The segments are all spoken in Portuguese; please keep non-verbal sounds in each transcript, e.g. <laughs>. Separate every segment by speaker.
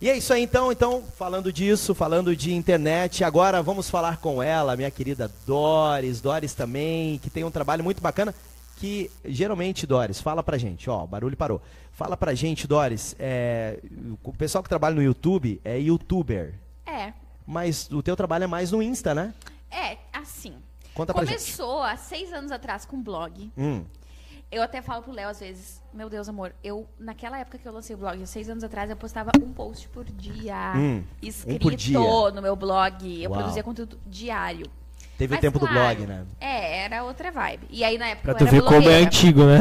Speaker 1: E é isso aí então, então, falando disso, falando de internet, agora vamos falar com ela, minha querida Doris, Doris também, que tem um trabalho muito bacana, que geralmente, Doris, fala pra gente, ó, o barulho parou. Fala pra gente, Doris, é, o pessoal que trabalha no YouTube é youtuber,
Speaker 2: É,
Speaker 1: mas o teu trabalho é mais no Insta, né?
Speaker 2: é, assim.
Speaker 1: Conta pra gente.
Speaker 2: Começou há seis anos atrás com um blog.
Speaker 1: Hum,
Speaker 2: Eu até falo pro Léo às vezes, meu Deus, amor, eu, naquela época que eu lancei o blog, há seis anos atrás, eu postava um post por dia,
Speaker 1: Hum,
Speaker 2: escrito
Speaker 1: um por dia.
Speaker 2: no meu blog. Eu
Speaker 1: Uau.
Speaker 2: produzia conteúdo diário.
Speaker 1: teve
Speaker 2: Mas,
Speaker 1: o tempo
Speaker 2: claro,
Speaker 1: do blog, né?
Speaker 2: É, era outra vibe. E aí na
Speaker 3: Pra
Speaker 2: época eu
Speaker 3: tu
Speaker 2: era
Speaker 3: ver como é
Speaker 2: blogueira.
Speaker 3: antigo, né?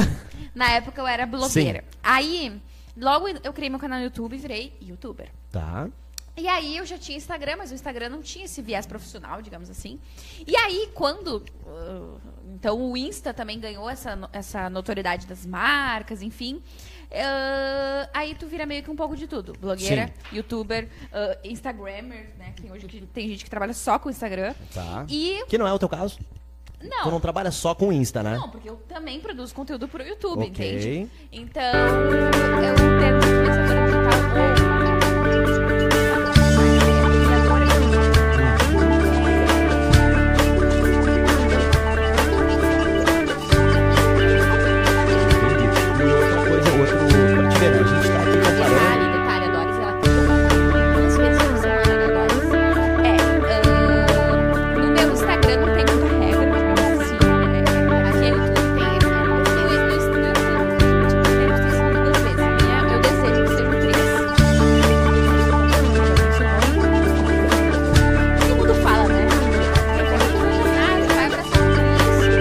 Speaker 2: Na época eu era blogueira. Aí, logo eu criei meu canal no YouTube e virei youtuber.
Speaker 1: Tá.
Speaker 2: E aí eu já tinha Instagram, mas o Instagram não tinha esse viés profissional, digamos assim. E aí quando uh, então o Insta também ganhou essa, no- essa notoriedade das marcas, enfim. uh, aí tu vira meio que um pouco de tudo. Blogueira, youtuber, uh, instagrammer, né? Que hoje que tem gente que trabalha só com Instagram.
Speaker 1: Tá.
Speaker 2: E
Speaker 1: Que não é o teu caso? Tu
Speaker 2: não,
Speaker 1: não trabalha só com Insta, né?
Speaker 2: não, porque eu também produzo conteúdo pro YouTube,
Speaker 1: Ok.
Speaker 2: entende? Então, eu tenho que começar a trabalhar.
Speaker 1: Coisa, outro diferente. A gente tá aqui comparando.
Speaker 2: Detalhe, detalhe, a Doris, ela tem algumas vezes por semana, né, Doris? É, ahn, no meu Instagram não tem muita regra, digamos assim, né? Aqui é YouTube, tem, tem no Instagram, tipo, tem no Instagram duas vezes. Minha- Meu desejo é que sejam três. Todo mundo fala, né? Ah, vai pra São Luís.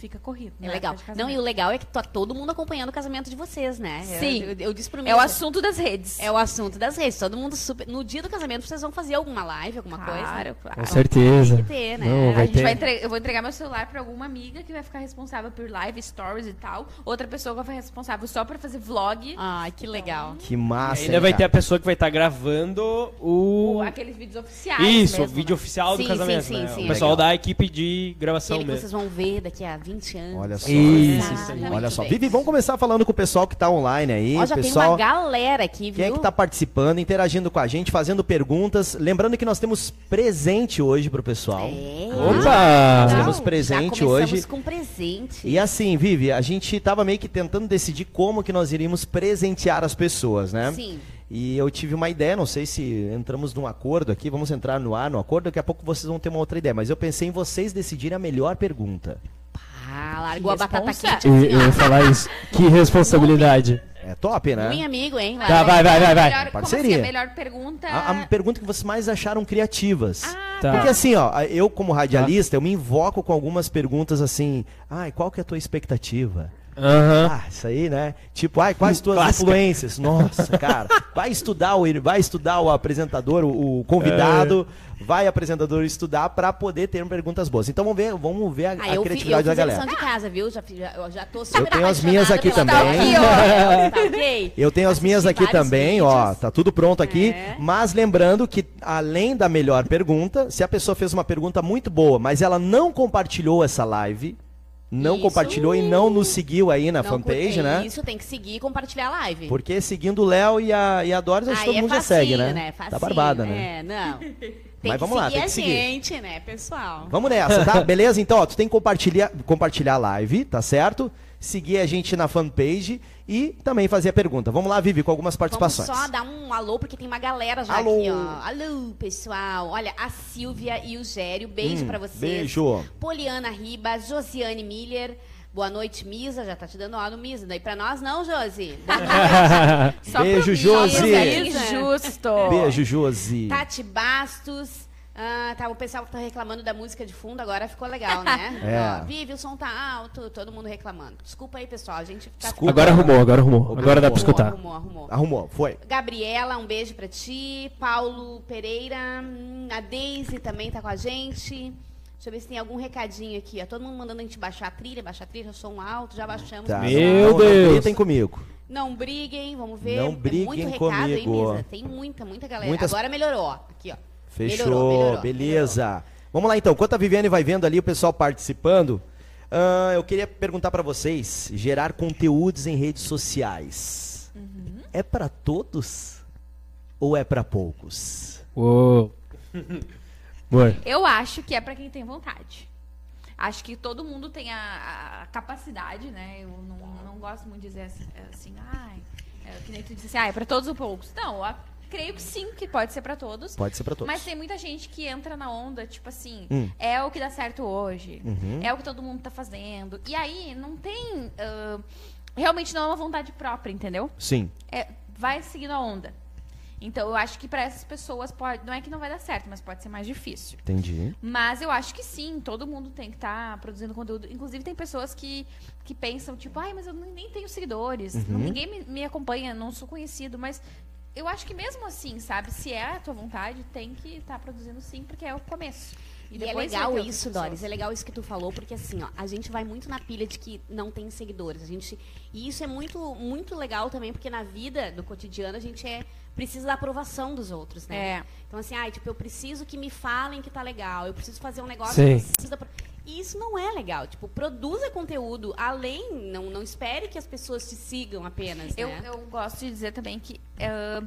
Speaker 2: Fica corrido. né?
Speaker 4: É legal. Não, e o legal é que tá todo mundo acompanhando o casamento de vocês, né?
Speaker 2: Sim.
Speaker 4: Eu, eu, eu disse pro
Speaker 2: é o assunto das redes.
Speaker 4: É o assunto das redes. Todo mundo super. No dia do casamento, vocês vão fazer alguma live, alguma coisa?
Speaker 2: Claro, claro.
Speaker 3: Com certeza.
Speaker 4: tem que ter, né?
Speaker 3: Não,
Speaker 2: A
Speaker 3: vai
Speaker 2: gente vai
Speaker 3: ter.
Speaker 2: entre- Eu vou entregar meu celular pra alguma amiga que vai ficar responsável por live, stories e tal. Outra pessoa vai ficar responsável só pra fazer vlog.
Speaker 4: Ai, que legal.
Speaker 1: Que massa.
Speaker 5: Ainda
Speaker 1: hein,
Speaker 5: vai ter
Speaker 1: cara?
Speaker 5: a pessoa que vai estar gravando o.
Speaker 2: Ou
Speaker 1: Ah.
Speaker 2: aqueles vídeos oficiais.
Speaker 5: Isso, o
Speaker 2: mesmo,
Speaker 5: vídeo
Speaker 2: né?
Speaker 5: oficial
Speaker 4: Sim,
Speaker 5: do casamento.
Speaker 4: sim, sim,
Speaker 5: né?
Speaker 4: sim.
Speaker 5: O pessoal
Speaker 1: Legal.
Speaker 5: da equipe de gravação
Speaker 2: Então,
Speaker 4: Aquele que
Speaker 5: mesmo.
Speaker 4: vocês vão ver daqui a 20 anos.
Speaker 1: né? Olha só.
Speaker 5: Isso,
Speaker 4: isso aí.
Speaker 1: Olha só.
Speaker 4: Muito bem.
Speaker 1: Vivi, vamos começar falando com o pessoal que tá online aí.
Speaker 4: Ó, já tem
Speaker 1: pessoal,
Speaker 4: uma galera aqui, viu?
Speaker 1: quem é que tá participando, interagindo com a gente, fazendo perguntas. Lembrando que nós temos presente hoje pro pessoal.
Speaker 4: É.
Speaker 1: Nós
Speaker 3: Opa!
Speaker 4: Legal.
Speaker 1: temos presente
Speaker 4: já começamos
Speaker 1: hoje.
Speaker 4: com presente.
Speaker 1: E assim, Vivi, a gente tava meio que tentando decidir como que nós iríamos presentear as pessoas, né?
Speaker 4: Sim.
Speaker 1: E eu tive uma ideia, não sei se entramos num acordo aqui, vamos entrar no ar no acordo, daqui a pouco vocês vão ter uma outra ideia, mas eu pensei em vocês decidirem a melhor pergunta.
Speaker 4: Ah, largou a
Speaker 2: Que
Speaker 4: batata
Speaker 2: responsa.
Speaker 4: quente. assim,
Speaker 3: Eu, eu ia falar isso. Que responsabilidade.
Speaker 1: É top, né?
Speaker 4: Ruim amigo, hein?
Speaker 2: Mas
Speaker 3: Tá, vai, vai, vai, vai.
Speaker 2: melhor- como
Speaker 1: Parceria. Ah,
Speaker 2: assim, a melhor pergunta.
Speaker 1: A, a pergunta que vocês mais acharam criativas.
Speaker 5: Ah.
Speaker 3: Tá.
Speaker 1: Porque assim, ó, eu como radialista, eu me invoco com algumas perguntas assim, ai, qual que é a tua expectativa?
Speaker 3: Aham.
Speaker 1: Ah, isso aí, né? Tipo, ai, quais tuas
Speaker 3: Clássica.
Speaker 1: influências? Nossa, cara. Vai estudar o, vai estudar o apresentador, o, o convidado, vai apresentador estudar pra poder ter perguntas boas. Então vamos ver, vamos ver a, a
Speaker 4: Ah, eu, fi, eu
Speaker 1: criatividade
Speaker 4: fiz a
Speaker 1: da
Speaker 4: lição
Speaker 1: galera.
Speaker 4: de casa, viu? Já, fi- já, eu já tô super
Speaker 1: Eu tenho as
Speaker 4: apaixonada
Speaker 1: minhas aqui
Speaker 4: pela
Speaker 1: também. <laughs>
Speaker 4: Bela Bela, tá ok?
Speaker 1: Eu tenho as minhas
Speaker 4: Assisti
Speaker 1: aqui
Speaker 4: vários
Speaker 1: também,
Speaker 4: vídeos.
Speaker 1: ó, tá tudo pronto aqui.
Speaker 4: É.
Speaker 1: Mas lembrando que, além da melhor pergunta, se a pessoa fez uma pergunta muito boa, mas ela não compartilhou essa live, não
Speaker 4: Isso.
Speaker 1: compartilhou e não nos seguiu aí na
Speaker 4: Não
Speaker 1: fanpage,
Speaker 4: curtei
Speaker 1: né?
Speaker 4: Isso, tem que seguir e compartilhar a live.
Speaker 1: Porque seguindo o Léo e a, e a Doris, acho que
Speaker 4: Aí
Speaker 1: todo
Speaker 4: é
Speaker 1: mundo
Speaker 4: facinho,
Speaker 1: já segue, né?
Speaker 4: Facinho,
Speaker 1: tá barbada, né? <laughs>
Speaker 4: É, não. Tem
Speaker 1: Mas
Speaker 4: que
Speaker 1: vamos lá,
Speaker 4: seguir
Speaker 1: tem
Speaker 4: a
Speaker 1: que seguir.
Speaker 4: gente, né, pessoal?
Speaker 1: Vamos nessa,
Speaker 4: <laughs>
Speaker 1: tá? Beleza? Então, ó, tu tem que compartilhar, compartilhar a live, tá certo? Seguir a gente na fanpage e também fazer a pergunta. Vamos lá, Vivi, com algumas
Speaker 4: Vamos
Speaker 1: participações.
Speaker 4: só dar um alô, porque tem uma galera já
Speaker 1: Alô.
Speaker 4: aqui, ó. Alô, pessoal. Olha, a Silvia e o Gério, beijo
Speaker 1: Hum,
Speaker 4: pra vocês.
Speaker 1: Beijo.
Speaker 4: Poliana Ribas, Josiane Miller. Boa noite, Misa. Já tá te dando aula, Misa. Daí pra nós
Speaker 1: <laughs>
Speaker 4: não, Josi.
Speaker 2: Só É.
Speaker 1: Beijo,
Speaker 2: pro
Speaker 1: Josi.
Speaker 2: Justo.
Speaker 1: Beijo, Josi.
Speaker 4: Tati Bastos. Ah, tá, o pessoal que tá reclamando da música de fundo agora ficou legal,
Speaker 1: <laughs>
Speaker 4: né?
Speaker 1: É.
Speaker 4: Ó, Vive, o som tá alto, todo mundo reclamando. Desculpa aí, pessoal, a gente tá
Speaker 1: Desculpa.
Speaker 3: Agora arrumou, agora arrumou. Agora dá pra
Speaker 4: Arrumou,
Speaker 3: escutar.
Speaker 4: arrumou, arrumou.
Speaker 1: Arrumou, foi.
Speaker 4: Gabriela, um beijo pra ti. Paulo Pereira, hum, a Daisy também tá com a gente. Deixa eu ver se tem algum recadinho aqui. Ó. Todo mundo mandando a gente baixar a trilha, baixar a trilha, som alto, já baixamos.
Speaker 1: Tá,
Speaker 3: Meu
Speaker 1: não- não
Speaker 3: Deus.
Speaker 1: gritem comigo.
Speaker 4: Não briguem, vamos ver.
Speaker 1: Não
Speaker 4: Tem
Speaker 1: briguem
Speaker 4: muito recado, hein,
Speaker 1: comigo.
Speaker 4: Misa? Tem muita, muita galera.
Speaker 1: Muitas-
Speaker 4: Agora melhorou, ó. Aqui, ó.
Speaker 1: Fechou,
Speaker 4: Melhorou, melhorou,
Speaker 1: beleza. Vamos lá então, enquanto a Viviane vai vendo ali o pessoal participando, Ah, eu queria perguntar pra vocês, gerar conteúdos em redes sociais,
Speaker 2: Uhum.
Speaker 1: é pra todos ou é pra poucos?
Speaker 3: Uou. Boa.
Speaker 2: Eu acho que é pra quem tem vontade. Acho que todo mundo tem a, a capacidade, né? Eu não, não gosto muito de dizer assim, assim, ai, é, que nem tu disse assim, ah, é pra todos ou poucos. Não, eu ac- creio que sim, que pode ser pra todos.
Speaker 1: Pode ser pra todos.
Speaker 2: Mas tem muita gente que entra na onda, tipo assim,
Speaker 1: Hum.
Speaker 2: é o que dá certo hoje,
Speaker 1: Uhum.
Speaker 2: é o que todo mundo tá fazendo. E aí não tem. ah, realmente não é uma vontade própria, entendeu?
Speaker 1: Sim.
Speaker 2: é, vai seguindo a onda. Então, eu acho que para essas pessoas pode, não é que não vai dar certo, mas pode ser mais difícil.
Speaker 1: Entendi.
Speaker 2: Mas eu acho que sim, todo mundo tem que estar produzindo conteúdo. Inclusive, tem pessoas que, que pensam, tipo, ai, mas eu nem nem tenho seguidores, não- ninguém me, me acompanha, não sou conhecido. Mas eu acho que mesmo assim, sabe, se é a tua vontade, tem que estar produzindo sim, porque é o começo.
Speaker 4: E, é
Speaker 2: depois vai
Speaker 4: legal
Speaker 2: ter outras
Speaker 4: isso,
Speaker 2: pessoas.
Speaker 4: Doris. É legal isso que tu falou, porque assim, ó, a gente vai muito na pilha de que não tem seguidores. A gente e isso é muito muito legal também, porque na vida do cotidiano a gente é precisa da aprovação dos outros, né?
Speaker 2: É.
Speaker 4: Então assim, ai, tipo, eu preciso que me falem que tá legal. Eu preciso fazer um negócio,
Speaker 3: Sim.
Speaker 4: eu preciso da... apro- E isso não é legal. Tipo, produza conteúdo além, não não espere que as pessoas te sigam apenas,
Speaker 2: Eu,
Speaker 4: né?
Speaker 2: eu gosto de dizer também que ah,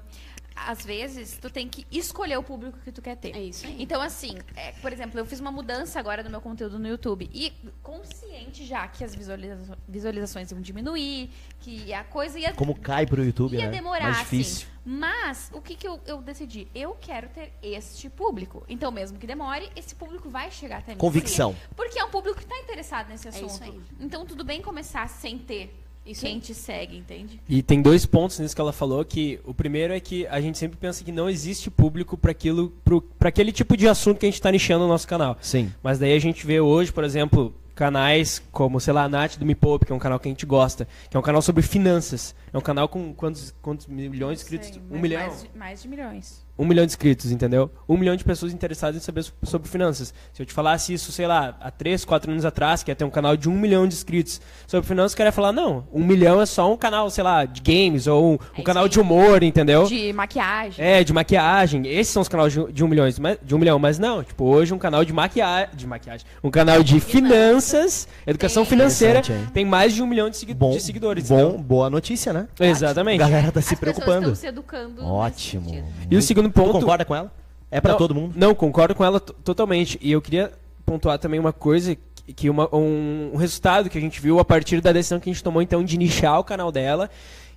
Speaker 2: às vezes tu tem que escolher o público que tu quer ter.
Speaker 4: É isso aí.
Speaker 2: Então, assim, é, por exemplo, eu fiz uma mudança agora no meu conteúdo no YouTube. E consciente já que as visualiza- visualizações iam diminuir, que a coisa ia,
Speaker 1: Como cai pro YouTube,
Speaker 2: ia
Speaker 1: né?
Speaker 2: demorar,
Speaker 1: Mais difícil.
Speaker 2: assim. Mas o que, que eu, eu decidi? Eu quero ter este público. Então, mesmo que demore, esse público vai chegar até mim.
Speaker 1: Convicção.
Speaker 2: Porque é um público que está interessado nesse
Speaker 4: É isso
Speaker 2: assunto.
Speaker 4: aí.
Speaker 2: Então, tudo bem começar sem ter
Speaker 4: Isso
Speaker 2: quem
Speaker 4: aí.
Speaker 2: te segue, entende?
Speaker 5: E tem dois pontos nisso que ela falou, que o primeiro é que a gente sempre pensa que não existe público para aquilo, para aquele tipo de assunto que a gente está nichando no nosso canal.
Speaker 1: Sim.
Speaker 5: Mas daí a gente vê hoje, por exemplo, canais como, sei lá, a Nath do Me Poupe, que é um canal que a gente gosta, que é um canal sobre finanças. É um canal com quantos, quantos milhões de inscritos?
Speaker 2: Sei,
Speaker 5: um
Speaker 2: mas
Speaker 5: milhão?
Speaker 2: Mais de, mais de milhões.
Speaker 5: um milhão de inscritos, entendeu? Um milhão de pessoas interessadas em saber so- sobre finanças. Se eu te falasse isso, sei lá, há três, quatro anos atrás, que ia ter um canal de um milhão de inscritos sobre finanças, eu ia falar, não, um milhão é só um canal, sei lá, de games ou um,
Speaker 2: É
Speaker 5: um canal de humor,
Speaker 1: Então,
Speaker 5: entendeu?
Speaker 2: De maquiagem.
Speaker 5: É, de maquiagem. Esses são os canais de, de um milhão, mas, de um milhão, mas não. Tipo, hoje um canal de maquiagem, de maquiagem, um canal de finanças, educação
Speaker 2: Tem.
Speaker 5: financeira,
Speaker 1: Interessante, hein?
Speaker 5: tem mais de um milhão de, segui-
Speaker 1: Bom,
Speaker 5: de seguidores.
Speaker 1: bom
Speaker 5: entendeu?
Speaker 1: boa notícia, né? A
Speaker 5: Exatamente.
Speaker 1: galera tá
Speaker 2: As
Speaker 1: se preocupando.
Speaker 2: pessoas estão se educando. nesse
Speaker 1: Ótimo.
Speaker 2: sentido.
Speaker 5: E o segundo
Speaker 1: Tu
Speaker 5: ponto,
Speaker 1: concorda com ela? É pra
Speaker 5: Não,
Speaker 1: todo mundo?
Speaker 5: Não, concordo com ela to- totalmente. E eu queria pontuar também uma coisa que- que uma- um, um resultado que a gente viu a partir da decisão que a gente tomou então de nichar o canal dela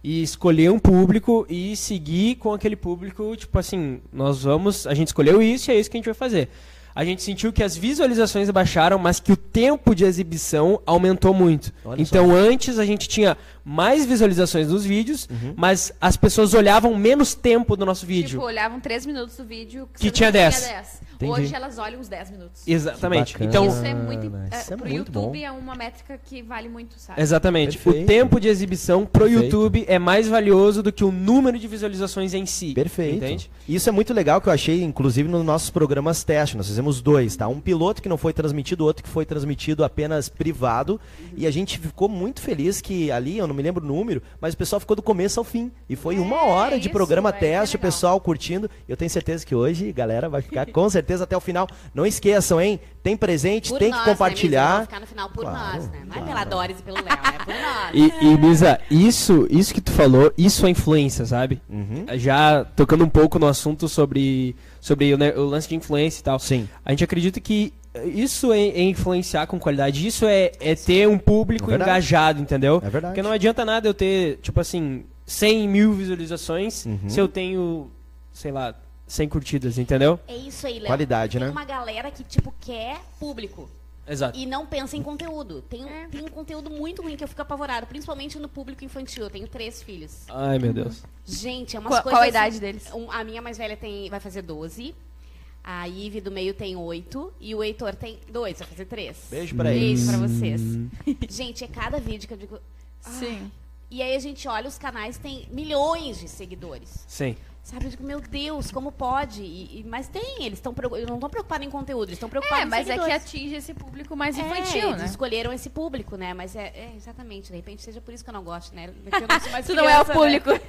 Speaker 5: e escolher um público e seguir com aquele público, tipo assim, nós vamos, a gente escolheu isso e é isso que a gente vai fazer. A gente sentiu que as visualizações baixaram, mas que o tempo de exibição aumentou muito.
Speaker 1: Olha só.
Speaker 5: então antes a gente tinha mais visualizações nos vídeos,
Speaker 1: Uhum.
Speaker 5: mas as pessoas olhavam menos tempo do nosso vídeo.
Speaker 2: Tipo, olhavam 3 minutos do vídeo
Speaker 5: Que
Speaker 2: sendo
Speaker 5: tinha 10.
Speaker 1: Entendi.
Speaker 2: Hoje elas olham uns 10 minutos.
Speaker 5: Exatamente.
Speaker 1: Que bacana.
Speaker 5: Então,
Speaker 2: isso é muito. im- É,
Speaker 1: isso é
Speaker 2: pro
Speaker 1: muito
Speaker 2: YouTube
Speaker 1: bom.
Speaker 2: é uma métrica que vale muito, sabe?
Speaker 5: exatamente.
Speaker 1: Perfeito.
Speaker 5: O tempo de exibição pro
Speaker 1: Perfeito.
Speaker 5: YouTube é mais valioso do que o número de visualizações em si.
Speaker 1: Perfeito.
Speaker 5: Entende?
Speaker 1: Isso é muito legal que eu achei, inclusive, nos nossos programas teste. Nós fizemos dois, tá? Um piloto que não foi transmitido, outro que foi transmitido apenas privado. E a gente ficou muito feliz que ali, eu não me lembro o número, mas o pessoal ficou do começo ao fim. E foi
Speaker 2: É,
Speaker 1: uma hora de
Speaker 2: isso,
Speaker 1: programa
Speaker 2: é, que
Speaker 1: teste, o
Speaker 2: legal.
Speaker 1: pessoal curtindo. Eu tenho certeza que hoje, a galera, vai ficar com certeza até o final. Não esqueçam, hein? Tem presente, tem que
Speaker 4: nós, Né, Misa? Vamos
Speaker 1: compartilhar.
Speaker 4: ficar no final por
Speaker 1: Claro,
Speaker 4: nós, né? Não é
Speaker 1: claro.
Speaker 4: pela Doris e pelo Léo, é por nós.
Speaker 5: E, e Misa, isso, isso que tu falou, isso é influência, sabe?
Speaker 1: Uhum.
Speaker 5: Já tocando um pouco no assunto sobre, sobre o, ne- o lance de influência e tal.
Speaker 1: Sim.
Speaker 5: A gente acredita que isso é, é influenciar com qualidade, isso é, é ter um
Speaker 1: É
Speaker 5: público
Speaker 1: verdade.
Speaker 5: engajado, entendeu?
Speaker 1: É verdade.
Speaker 5: Porque não adianta nada eu ter, tipo assim, 100 mil visualizações
Speaker 1: Uhum.
Speaker 5: se eu tenho, sei lá, 100 curtidas, entendeu?
Speaker 4: É isso aí, Léo.
Speaker 1: Qualidade,
Speaker 4: tem
Speaker 1: né?
Speaker 4: uma galera que, tipo, quer público
Speaker 5: Exato.
Speaker 4: e não pensa em conteúdo. Tem,
Speaker 2: É.
Speaker 4: um- tem um conteúdo muito ruim que eu fico apavorada, principalmente no público infantil. Eu tenho três filhos.
Speaker 5: Ai, meu Deus.
Speaker 4: Gente, é umas
Speaker 2: Qual-
Speaker 4: coisas...
Speaker 2: qual a idade deles?
Speaker 4: Um- a minha mais velha tem, vai fazer 12. A Ive do meio tem 8. E o Heitor tem 2, vai fazer 3.
Speaker 1: Beijo pra
Speaker 4: Beijo
Speaker 1: eles. Hum.
Speaker 4: pra vocês. Gente, é cada vídeo que eu digo...
Speaker 2: Sim.
Speaker 4: E aí a gente olha os canais, tem milhões de seguidores.
Speaker 5: Sim.
Speaker 4: Sabe, eu digo, meu Deus, como pode? E- e- mas tem, eles estão preo- eles não estão preocupados em conteúdo, eles estão preocupados
Speaker 2: É,
Speaker 4: em
Speaker 2: mas é que
Speaker 4: seguidores.
Speaker 2: atinge esse público mais
Speaker 4: É,
Speaker 2: infantil,
Speaker 4: eles
Speaker 2: né?
Speaker 4: escolheram esse público, né? Mas é, é, exatamente, de repente seja por isso que eu não gosto, né? Porque eu não sou mais
Speaker 2: Isso não é o <laughs>
Speaker 4: criança, né?
Speaker 2: público.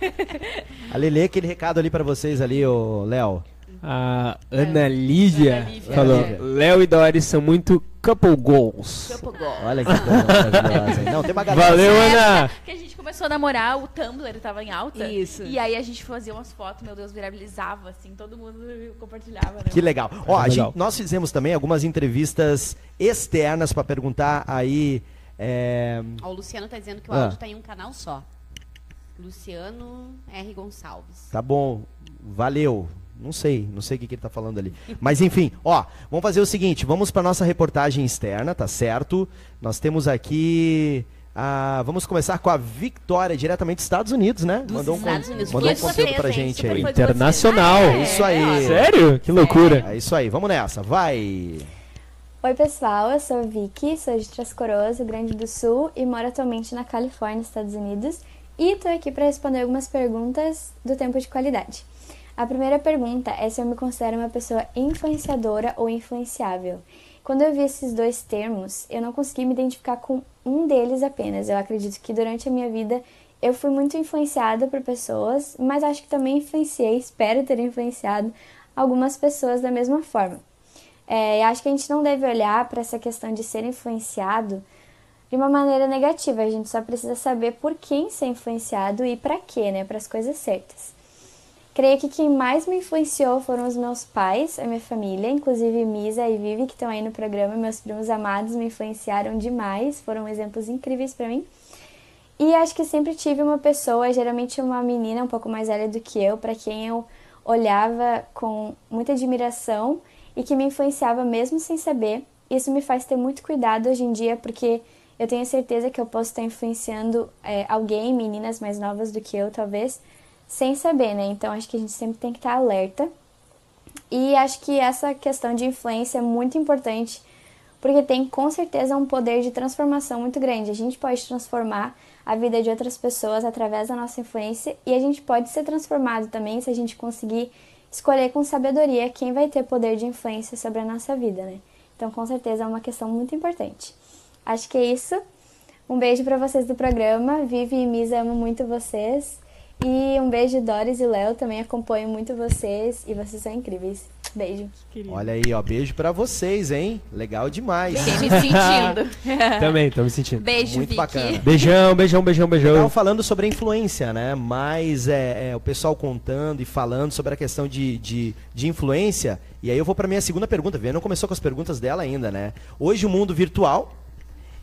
Speaker 1: A Lele, aquele recado ali pra vocês ali, ô Léo.
Speaker 5: A Ana Lídia,
Speaker 4: Ana Lívia.
Speaker 5: falou:
Speaker 1: Ana Lívia. É.
Speaker 5: Léo e Doris são muito couple goals.
Speaker 4: Campo Gol.
Speaker 2: <laughs>
Speaker 1: Olha que coisa maravilhosa. hein? Não, tem uma galera.
Speaker 5: Valeu, Ana!
Speaker 2: Que a gente começou a namorar, o Tumblr tava em alta.
Speaker 4: Isso.
Speaker 2: E aí a gente fazia umas fotos, meu Deus, viralizava, assim, todo mundo compartilhava, né?
Speaker 1: Que legal. Ó, a
Speaker 5: Legal.
Speaker 1: gente- nós fizemos também algumas entrevistas externas para perguntar aí. é,
Speaker 4: Ó, o Luciano tá dizendo que o
Speaker 1: Ah.
Speaker 4: áudio tá em um canal só. Luciano R. Gonçalves.
Speaker 1: Tá bom, valeu. Não sei, não sei o que, que ele tá falando ali. Mas enfim, ó, vamos fazer o seguinte, vamos para nossa reportagem externa, tá certo? Nós temos aqui a- vamos começar com a Victoria, diretamente dos Estados Unidos, né?
Speaker 4: Dos
Speaker 1: con-
Speaker 4: Estados Unidos.
Speaker 1: mandou um
Speaker 4: Fui de
Speaker 1: conteúdo
Speaker 4: vocês,
Speaker 1: pra
Speaker 4: hein?
Speaker 1: gente
Speaker 4: Super
Speaker 1: aí.
Speaker 4: fã de
Speaker 5: Internacional.
Speaker 2: Ah,
Speaker 4: vocês.
Speaker 2: é.
Speaker 1: Isso aí. <laughs>
Speaker 5: Sério? Que loucura!
Speaker 1: É isso aí, vamos nessa, vai.
Speaker 6: Oi, pessoal, eu sou a Vicky, sou de Três Coroas, Rio Grande do Sul e moro atualmente na Califórnia, Estados Unidos, e tô aqui para responder algumas perguntas do tempo de qualidade. A primeira pergunta é se eu me considero uma pessoa influenciadora ou influenciável. Quando eu vi esses dois termos, eu não consegui me identificar com um deles apenas. Eu acredito que durante a minha vida eu fui muito influenciada por pessoas, mas acho que também influenciei, espero ter influenciado algumas pessoas da mesma forma. É, eu acho que a gente não deve olhar para essa questão de ser influenciado de uma maneira negativa. A gente só precisa saber por quem ser influenciado e para quê, né? Para as coisas certas. Creio que quem mais me influenciou foram os meus pais, a minha família, inclusive Misa e Vivi, que estão aí no programa. Meus primos amados me influenciaram demais, foram exemplos incríveis para mim. E acho que sempre tive uma pessoa, geralmente uma menina um pouco mais velha do que eu, para quem eu olhava com muita admiração e que me influenciava mesmo sem saber. Isso me faz ter muito cuidado hoje em dia, porque eu tenho certeza que eu posso estar influenciando eh, alguém, meninas mais novas do que eu, talvez, sem saber, né? Então acho que a gente sempre tem que estar alerta. E acho que essa questão de influência é muito importante, porque tem com certeza um poder de transformação muito grande. A gente pode transformar a vida de outras pessoas através da nossa influência e a gente pode ser transformado também se a gente conseguir escolher com sabedoria quem vai ter poder de influência sobre a nossa vida, né? Então, com certeza é uma questão muito importante. Acho que é isso. Um beijo pra vocês do programa. Vivi e Misa, amo muito vocês. E um beijo, Doris e Léo, também acompanho muito vocês e vocês são incríveis. Beijo.
Speaker 1: Olha aí, ó, beijo pra vocês, hein? Legal demais.
Speaker 2: Fiquei me
Speaker 1: É.
Speaker 2: sentindo.
Speaker 5: Também, tô me sentindo.
Speaker 2: Beijo,
Speaker 1: Muito
Speaker 2: Vicky.
Speaker 1: bacana.
Speaker 5: Beijão, beijão, beijão,
Speaker 1: Estavam
Speaker 5: beijão.
Speaker 1: falando sobre a influência, né? Mas é, é, o pessoal contando e falando sobre a questão de, de, de influência. E aí eu vou para minha segunda pergunta. Vê, não começou com as perguntas dela ainda, né? Hoje o mundo virtual,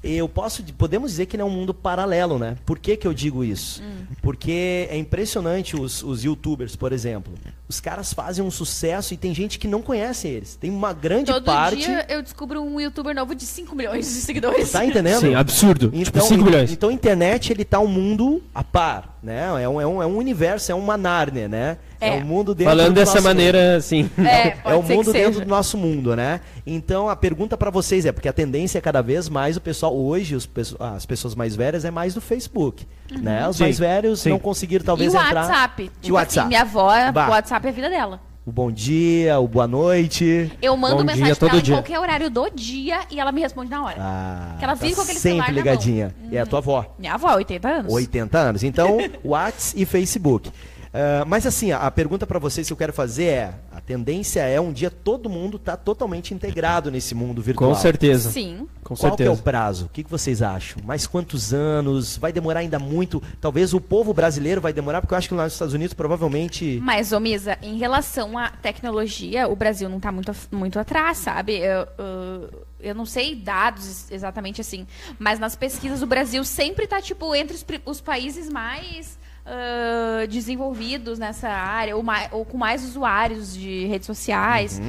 Speaker 1: eu posso, podemos dizer que ele é um mundo paralelo, né? Por que, que eu digo isso?
Speaker 2: Hum.
Speaker 1: Porque é impressionante os, os YouTubers, por exemplo. Os caras fazem um sucesso e tem gente que não conhece eles. Tem uma grande
Speaker 2: Todo
Speaker 1: parte.
Speaker 2: dia eu descubro um youtuber novo de 5 milhões de seguidores.
Speaker 1: Tá entendendo?
Speaker 5: Sim, absurdo. tipo, 5
Speaker 1: in-
Speaker 5: milhões.
Speaker 1: Então a internet ele tá um mundo a par, né? É um, é um, é um universo, é uma Nárnia, né?
Speaker 2: É.
Speaker 1: um mundo dentro
Speaker 5: Falando
Speaker 1: do
Speaker 5: dessa
Speaker 1: nosso
Speaker 5: maneira, assim.
Speaker 2: <laughs> É,
Speaker 1: mundo. É
Speaker 2: pode
Speaker 1: o
Speaker 2: ser
Speaker 1: mundo
Speaker 2: que
Speaker 1: dentro
Speaker 2: seja.
Speaker 1: do nosso mundo, né? Então a pergunta pra vocês é, porque a tendência é cada vez mais o pessoal hoje, os pesso- as pessoas mais velhas é mais do Facebook, né? Os
Speaker 5: Sim,
Speaker 1: mais velhos
Speaker 5: sim.
Speaker 1: não conseguiram
Speaker 2: Uhum. E
Speaker 1: talvez
Speaker 2: o
Speaker 1: entrar.
Speaker 2: WhatsApp. Tipo assim,
Speaker 1: WhatsApp.
Speaker 2: minha avó,
Speaker 1: Bah.
Speaker 2: o WhatsApp é a vida dela.
Speaker 1: O bom dia, o boa noite.
Speaker 2: Eu mando
Speaker 5: Bom
Speaker 2: mensagem
Speaker 5: dia,
Speaker 2: pra
Speaker 5: todo
Speaker 2: ela
Speaker 5: dia.
Speaker 2: em qualquer horário do dia e ela me responde na hora.
Speaker 1: Ah,
Speaker 2: Que ela
Speaker 1: tá
Speaker 2: vive com aquele celular
Speaker 1: sempre
Speaker 2: na mão.
Speaker 1: ligadinha. É a tua avó.
Speaker 2: Minha avó, 80 anos.
Speaker 1: 80 anos. Então, <laughs> Whats e Facebook. Ah, mas assim, a a pergunta para vocês que eu quero fazer é: a tendência é um dia todo mundo tá totalmente integrado nesse mundo virtual.
Speaker 5: Com certeza.
Speaker 2: Sim.
Speaker 5: Com
Speaker 1: Qual que é o
Speaker 5: certeza.
Speaker 1: prazo? O que, que vocês acham? Mais quantos anos? Vai demorar ainda muito? Talvez o povo brasileiro vai demorar, porque eu acho que lá nos Estados Unidos provavelmente.
Speaker 2: Mas, ô Misa, em relação à tecnologia, o Brasil não tá muito, af- muito atrás, sabe? Eu, eu, eu não sei dados ex- exatamente assim, mas nas pesquisas o Brasil sempre tá, tipo, entre os, pri- os países mais ah, desenvolvidos nessa área, ou, mai- ou com mais usuários de redes sociais.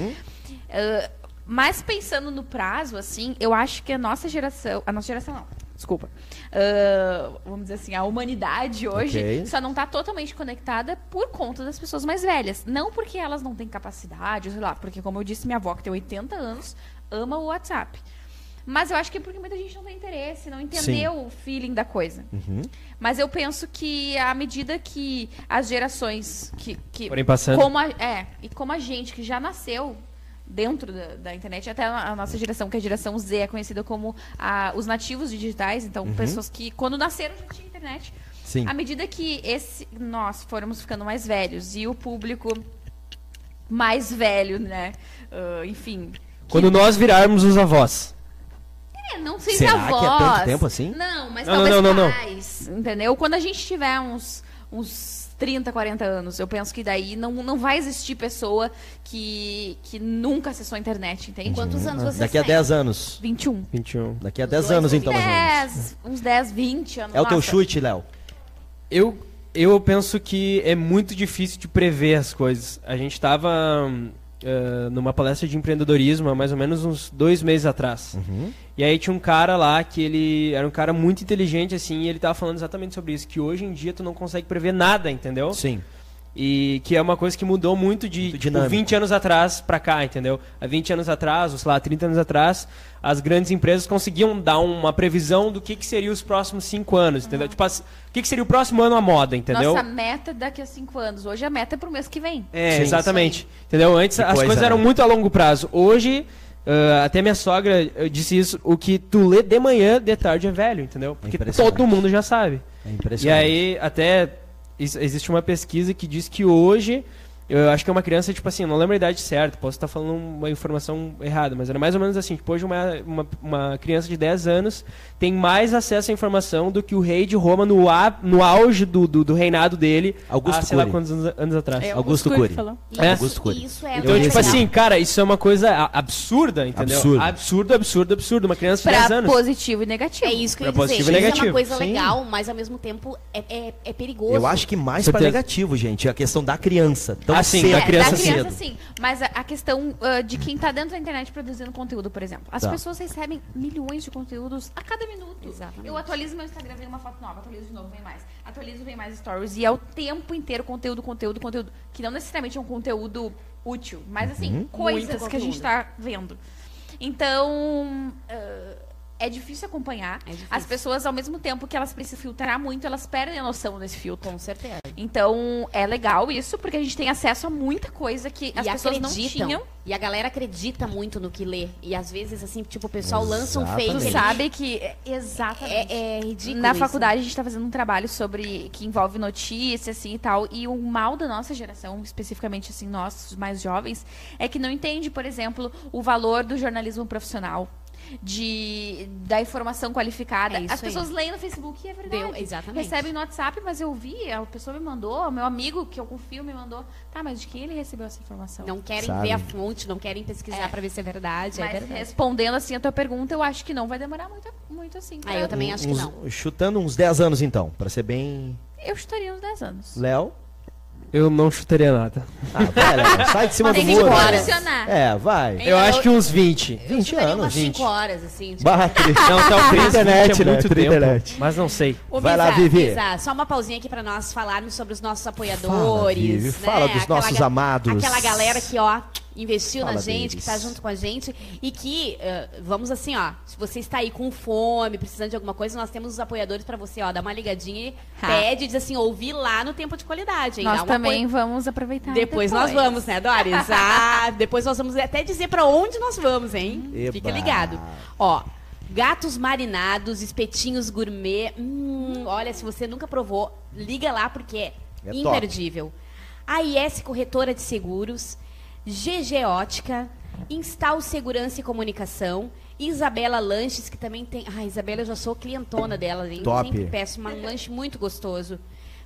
Speaker 2: Ah, mas pensando no prazo, assim, eu acho que a nossa geração. A nossa geração não. Desculpa. Ah, vamos dizer assim, a humanidade hoje
Speaker 1: Ok.
Speaker 2: só não tá totalmente conectada por conta das pessoas mais velhas. Não porque elas não têm capacidade, sei lá, porque, como eu disse, minha avó, que tem 80 anos, ama o WhatsApp. Mas eu acho que é porque muita gente não tem interesse, não entendeu o feeling da coisa. Mas eu penso que à medida que as gerações que, que
Speaker 5: Porém, passando.
Speaker 2: como a- é, e como a gente que já nasceu dentro da, da internet, até a a nossa geração, que é a geração Z, é conhecida como a- os nativos digitais, então pessoas que quando nasceram já tinha internet.
Speaker 1: Sim.
Speaker 2: À medida que esse nós formos ficando mais velhos e o público mais velho, né? Ah, enfim.
Speaker 5: Quando nós virarmos os avós.
Speaker 2: É, não sei se
Speaker 1: Será que
Speaker 2: a
Speaker 1: é
Speaker 2: voz.
Speaker 1: tanto tempo assim?
Speaker 2: Não, mas
Speaker 5: Não, não,
Speaker 2: talvez
Speaker 5: não, não, não.
Speaker 2: mais, entendeu? Quando a gente tiver uns, uns 30, 40 anos, eu penso que daí não, não vai existir pessoa que, que nunca acessou a internet, entende?
Speaker 4: Quantos anos vocês
Speaker 1: Ah, Daqui a
Speaker 4: têm?
Speaker 1: 10 anos.
Speaker 2: 21.
Speaker 5: 21.
Speaker 1: Daqui a
Speaker 4: Os
Speaker 1: 10
Speaker 4: dois
Speaker 1: anos,
Speaker 4: com
Speaker 1: então, mais ou menos.
Speaker 2: 10, uns 10, 20 anos.
Speaker 1: É o teu
Speaker 2: nossa.
Speaker 1: chute, Léo.
Speaker 5: Eu, eu penso que é muito difícil de prever as coisas. A gente estava numa palestra de empreendedorismo há mais ou menos uns dois meses atrás. E aí tinha um cara lá que ele era um cara muito inteligente, assim, e ele tava falando exatamente sobre isso, que hoje em dia tu não consegue prever nada, entendeu?
Speaker 1: Sim.
Speaker 5: E que é uma coisa que mudou muito de
Speaker 1: Muito
Speaker 5: tipo,
Speaker 1: dinâmico.
Speaker 5: 20 anos atrás pra cá, entendeu? Há 20 anos atrás, ou sei lá, 30 anos atrás, as grandes empresas conseguiam dar uma previsão do que, que seria os próximos 5 anos, entendeu? Tipo, as- o que, que seria o próximo ano à moda, entendeu?
Speaker 2: Nossa meta é daqui a 5 anos. Hoje a meta é pro mês que vem.
Speaker 5: É,
Speaker 1: Sim.
Speaker 5: exatamente. Entendeu? Antes
Speaker 1: Que
Speaker 5: as
Speaker 1: coisa,
Speaker 5: coisas eram
Speaker 1: né?
Speaker 5: muito a longo prazo. Hoje, ah, até minha sogra eh, disse isso, o que tu lê de manhã, de tarde é velho, entendeu? Porque
Speaker 1: Impressionante.
Speaker 5: todo mundo já sabe.
Speaker 1: É
Speaker 5: E
Speaker 1: impressionante.
Speaker 5: aí, até is- existe uma pesquisa que diz que hoje, eu acho que é uma criança, tipo assim, não lembro a idade certa, posso estar falando uma informação errada, mas era mais ou menos assim, tipo, hoje uma, uma, uma criança de 10 anos tem mais acesso à informação do que o rei de Roma no, á- no auge do, do, do reinado dele,
Speaker 1: Augusto
Speaker 5: há sei lá
Speaker 1: Cury.
Speaker 5: quantos anos, anos atrás.
Speaker 2: É, o
Speaker 1: Augusto
Speaker 2: Curi
Speaker 1: Cury.
Speaker 2: falou.
Speaker 4: Isso,
Speaker 5: É.
Speaker 1: Augusto Cury.
Speaker 4: isso é
Speaker 5: Então,
Speaker 4: muito
Speaker 5: tipo
Speaker 4: legal.
Speaker 5: assim, cara, isso é uma coisa a- absurda, entendeu?
Speaker 1: Absurdo.
Speaker 5: absurdo, absurdo, absurdo. Uma criança de 10
Speaker 2: Pra
Speaker 5: anos.
Speaker 2: positivo e negativo.
Speaker 4: É isso que eu ia
Speaker 5: Pra
Speaker 4: dizer. Isso
Speaker 5: positivo e
Speaker 4: é uma
Speaker 5: negativo,
Speaker 4: coisa
Speaker 5: sim.
Speaker 4: legal, mas ao mesmo tempo é, é, é perigoso.
Speaker 1: Eu acho que mais pra
Speaker 5: Certeza.
Speaker 1: negativo, gente. é A questão da criança. Tão
Speaker 5: Ah, sim,
Speaker 1: cedo.
Speaker 5: da
Speaker 2: É,
Speaker 5: criança
Speaker 2: da criança
Speaker 1: cedo.
Speaker 2: sim. Mas a, a questão ah, de quem tá dentro da internet produzindo conteúdo, por exemplo. As
Speaker 1: Tá.
Speaker 2: pessoas recebem milhões de conteúdos a cada minuto.
Speaker 4: Exatamente.
Speaker 2: Eu atualizo meu Instagram, vem uma foto nova, atualizo de novo, vem mais. Atualizo, vem mais stories. E é o tempo inteiro conteúdo, conteúdo, conteúdo. Que não necessariamente é um conteúdo útil, mas assim, coisas
Speaker 4: Muito
Speaker 2: que a gente
Speaker 4: conteúdo.
Speaker 2: tá vendo. Então. ah, é difícil acompanhar.
Speaker 4: É difícil.
Speaker 2: As pessoas, ao mesmo tempo que elas precisam filtrar muito, elas perdem a noção desse filtro.
Speaker 4: Com certeza.
Speaker 2: Então, é legal isso, porque a gente tem acesso a muita coisa que as
Speaker 4: e
Speaker 2: pessoas
Speaker 4: acreditam.
Speaker 2: não tinham.
Speaker 4: E a galera acredita muito no que lê. E às vezes, assim, tipo, o pessoal lança um fake.
Speaker 1: Exatamente.
Speaker 2: Tu
Speaker 4: ele-
Speaker 2: sabe que. é- Exatamente.
Speaker 4: É, é ridículo.
Speaker 2: Na
Speaker 4: isso.
Speaker 2: faculdade a gente tá fazendo um trabalho sobre que envolve notícias assim e tal, e o mal da nossa geração, especificamente assim nós os mais jovens, é que não entende, por exemplo, o valor do jornalismo profissional, de da informação qualificada.
Speaker 4: É isso
Speaker 2: As
Speaker 4: aí.
Speaker 2: pessoas leem no Facebook e é verdade.
Speaker 4: Deu- exatamente.
Speaker 2: Recebem no WhatsApp, mas eu vi, a pessoa me mandou, meu amigo que eu confio me mandou. Tá, mas de quem ele recebeu essa informação?
Speaker 4: Não querem
Speaker 1: Sabe.
Speaker 4: ver a fonte, não querem pesquisar pra ver se é verdade. é
Speaker 2: Mas
Speaker 4: verdade.
Speaker 2: respondendo assim a tua pergunta, eu acho que não vai demorar muito, muito assim.
Speaker 4: Ah, eu também acho que
Speaker 1: Uns-
Speaker 4: não.
Speaker 1: Chutando uns 10 anos, então. Pra ser bem.
Speaker 2: Eu chutaria uns 10 anos.
Speaker 1: Léo.
Speaker 5: Eu não chutaria nada.
Speaker 1: Ah, vai, Léo.
Speaker 4: <laughs>
Speaker 1: Sai de cima do
Speaker 2: Tem que
Speaker 1: muro. Léo.
Speaker 2: posicionar.
Speaker 1: É, vai.
Speaker 5: Eu acho que uns 20.
Speaker 1: 20
Speaker 4: Daria umas
Speaker 1: anos.
Speaker 4: 5 horas, assim. tipo,
Speaker 1: Barra 3.
Speaker 5: Não, <laughs> talvez 20
Speaker 1: Internet,
Speaker 5: é
Speaker 1: né?
Speaker 5: muito
Speaker 1: Pra
Speaker 5: tempo,
Speaker 1: internet.
Speaker 5: Mas não sei.
Speaker 4: Ô,
Speaker 1: Vai lá,
Speaker 4: Misa,
Speaker 1: Vivi.
Speaker 4: Misa, só uma pausinha aqui pra nós falarmos sobre os nossos
Speaker 1: Fala,
Speaker 4: apoiadores.
Speaker 1: Vivi,
Speaker 4: né?
Speaker 1: fala dos
Speaker 4: Aquela
Speaker 1: nossos
Speaker 4: ga-
Speaker 1: amados.
Speaker 4: Aquela galera que, ó, investiu
Speaker 1: Fala
Speaker 4: na gente,
Speaker 1: deles.
Speaker 4: que tá junto com a gente e que, eh, vamos assim, ó, se você está aí com fome, precisando de alguma coisa, nós temos os apoiadores pra você, ó, dá uma ligadinha e
Speaker 2: Ha.
Speaker 4: pede, diz assim, ouvir lá no tempo de qualidade, hein?
Speaker 2: Nós
Speaker 4: Dá um apoio.
Speaker 2: também vamos aproveitar.
Speaker 4: Depois, nós vamos, né, Doris? Ah, depois nós vamos até dizer pra onde nós vamos, hein?
Speaker 1: Eba.
Speaker 4: Fica ligado. Ó, gatos marinados, espetinhos gourmet. Hum, olha, se você nunca provou, liga lá porque é,
Speaker 1: É top.
Speaker 4: imperdível. AIS Corretora de Seguros, GG Ótica, Instal Segurança e Comunicação, Isabela Lanches, que também tem... Ah, Isabela, eu já sou clientona dela, hein?
Speaker 1: Top.
Speaker 4: Sempre peço uma- um lanche muito gostoso.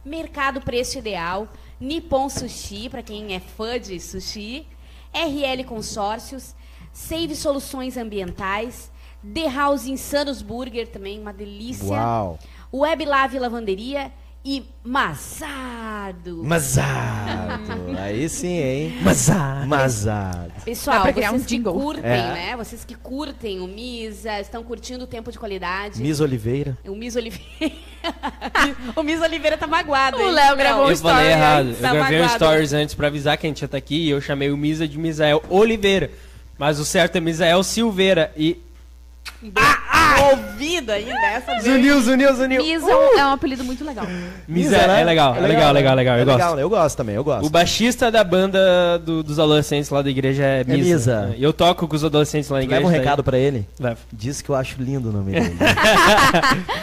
Speaker 4: Mercado Preço Ideal, Nippon Sushi, para quem é fã de sushi, RL Consórcios, Save Soluções Ambientais, The House Insanos Burger, também uma delícia.
Speaker 1: Uau.
Speaker 4: Web Lave Lavanderia e Mazado.
Speaker 1: Mazado. Aí sim, hein?
Speaker 5: Mas ah,
Speaker 1: Mazado.
Speaker 4: Pessoal,
Speaker 2: Dá pra criar
Speaker 4: vocês
Speaker 2: um
Speaker 4: que
Speaker 2: jingle.
Speaker 4: curtem,
Speaker 1: É.
Speaker 4: né? Vocês que curtem o Misa, estão curtindo o tempo de qualidade.
Speaker 1: Miss Oliveira.
Speaker 4: O Miss Oliveira. <laughs> o Miss Oliveira tá magoado.
Speaker 2: O
Speaker 4: hein?
Speaker 2: Léo gravou um
Speaker 4: Não,
Speaker 5: eu falei errado. Eu
Speaker 4: tá
Speaker 5: gravei um
Speaker 4: magoado.
Speaker 5: stories antes pra avisar que a gente já tá aqui e eu chamei o Misa de Misael Oliveira. Mas o certo é Misael Silveira. E.
Speaker 4: envolvida aí nessa vez.
Speaker 5: Zunil, Zunil, Zunil.
Speaker 2: Misa é um apelido muito legal.
Speaker 5: Misa, é legal, é legal, legal, legal,
Speaker 1: né? É
Speaker 5: eu gosto.
Speaker 1: né? Eu gosto também, eu
Speaker 5: O
Speaker 1: gosto.
Speaker 5: baixista da banda do- dos adolescentes lá da igreja é Misa.
Speaker 1: Misa.
Speaker 5: E eu toco com os adolescentes lá na igreja.
Speaker 1: Leva
Speaker 5: tá
Speaker 1: um
Speaker 5: daí-
Speaker 1: recado pra ele.
Speaker 5: Leva.
Speaker 1: Diz que eu acho lindo o nome
Speaker 5: <laughs>
Speaker 1: dele.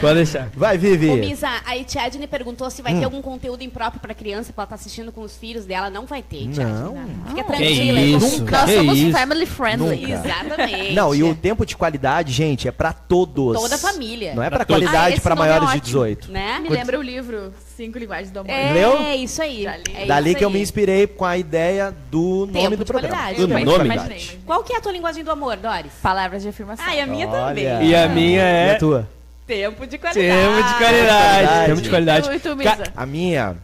Speaker 5: Pode deixar.
Speaker 1: Vai,
Speaker 4: Ô,
Speaker 1: Vivi.
Speaker 4: Misa, a Etiadne perguntou se
Speaker 5: Hum.
Speaker 4: vai ter algum conteúdo impróprio pra criança que ela tá assistindo com os filhos dela. Não vai ter, Etiadne.
Speaker 1: Não.
Speaker 4: nada. Fica
Speaker 5: Que
Speaker 4: tranquila. é
Speaker 5: isso.
Speaker 4: como-
Speaker 2: Nós
Speaker 5: que
Speaker 2: somos
Speaker 5: isso.
Speaker 2: family friendly.
Speaker 1: Nunca.
Speaker 4: Exatamente.
Speaker 1: Não, e o tempo de qualidade, gente, é pra todos.
Speaker 4: Toda a família.
Speaker 1: Não é pra,
Speaker 5: Pra todos.
Speaker 1: qualidade
Speaker 2: Ah, esse
Speaker 1: pra
Speaker 2: nome é
Speaker 1: maiores de
Speaker 2: ótimo.
Speaker 1: 18.
Speaker 4: Né?
Speaker 2: Me lembra o livro Cinco Linguagens do Amor.
Speaker 4: É,
Speaker 1: Leu?
Speaker 4: isso aí.
Speaker 2: Já li.
Speaker 4: É
Speaker 1: Dali
Speaker 4: isso
Speaker 1: que eu
Speaker 4: aí.
Speaker 1: me inspirei com a ideia do nome
Speaker 4: Tempo
Speaker 1: do
Speaker 4: de
Speaker 1: programa.
Speaker 4: qualidade.
Speaker 1: Do
Speaker 5: Eu
Speaker 1: nome
Speaker 5: imaginei,
Speaker 1: do
Speaker 5: imaginei.
Speaker 1: programa.
Speaker 4: Qual que é a tua linguagem do amor, Doris?
Speaker 2: Palavras de afirmação.
Speaker 4: Ah, e a minha
Speaker 1: Olha.
Speaker 4: também.
Speaker 5: E a minha
Speaker 1: E
Speaker 5: é.
Speaker 1: a tua?
Speaker 4: Tempo de qualidade.
Speaker 5: Temos de qualidade.
Speaker 1: Qualidade.
Speaker 5: Temos de qualidade.
Speaker 2: E tu, e tu,
Speaker 5: Ca-
Speaker 2: Misa?
Speaker 1: A minha.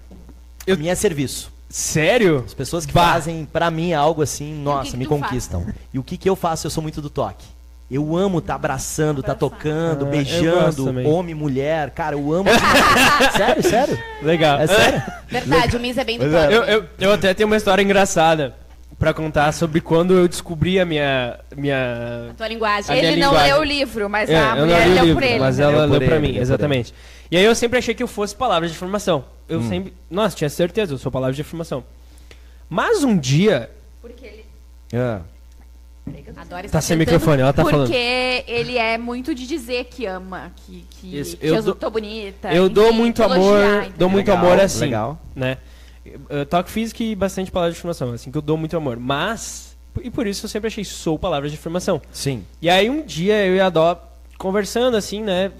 Speaker 5: Eu-
Speaker 1: A minha é serviço.
Speaker 5: Sério?
Speaker 1: As pessoas que
Speaker 5: Bah.
Speaker 1: fazem pra mim algo assim,
Speaker 2: que
Speaker 1: nossa,
Speaker 2: que
Speaker 1: me
Speaker 2: tu
Speaker 1: conquistam. E o que que eu faço? Eu sou muito do toque. Eu amo tá abraçando, tá tocando,
Speaker 5: Ah, eu gosto
Speaker 1: beijando,
Speaker 5: também.
Speaker 1: homem, mulher. Cara, eu amo. <laughs> sério, sério?
Speaker 5: <laughs> Legal.
Speaker 1: É sério?
Speaker 4: Verdade, o Misa é bem do pub.
Speaker 5: Eu, eu, eu até tenho uma história engraçada pra contar sobre quando eu descobri a minha. minha...
Speaker 4: Tua linguagem.
Speaker 5: A minha
Speaker 2: Ele não
Speaker 5: linguagem.
Speaker 2: leu o livro, mas
Speaker 5: É,
Speaker 2: a
Speaker 5: eu não
Speaker 2: mulher
Speaker 5: li o
Speaker 2: leu
Speaker 5: livro,
Speaker 2: por ele.
Speaker 5: Mas
Speaker 2: entendeu?
Speaker 5: ela
Speaker 1: Leu por
Speaker 5: leu
Speaker 1: ele,
Speaker 5: pra
Speaker 1: leu
Speaker 5: mim,
Speaker 1: por ele.
Speaker 5: exatamente. E aí eu sempre achei que eu fosse palavras de afirmação. Eu
Speaker 1: Hum.
Speaker 5: sempre. Nossa, tinha certeza, eu sou palavras de afirmação. Mas um dia. Então,
Speaker 1: É.
Speaker 4: A Doris
Speaker 5: Tá sem microfone, ela tá
Speaker 2: Porque
Speaker 5: falando.
Speaker 2: ele é muito de dizer que ama, que, que,
Speaker 5: Isso,
Speaker 2: que
Speaker 5: eu
Speaker 2: eu,
Speaker 5: dou-
Speaker 2: tô bonita.
Speaker 5: Eu dou
Speaker 2: enfim,
Speaker 5: muito
Speaker 2: elogiar,
Speaker 5: amor,
Speaker 2: entendeu?
Speaker 5: dou muito
Speaker 1: Legal,
Speaker 5: amor assim,
Speaker 1: legal.
Speaker 5: né? Eu toco física e bastante palavras de afirmação, assim, que eu dou muito amor. Mas, e por isso eu sempre achei sou palavras de afirmação.
Speaker 1: Sim.
Speaker 5: E aí um dia eu e a Dó conversando assim, né?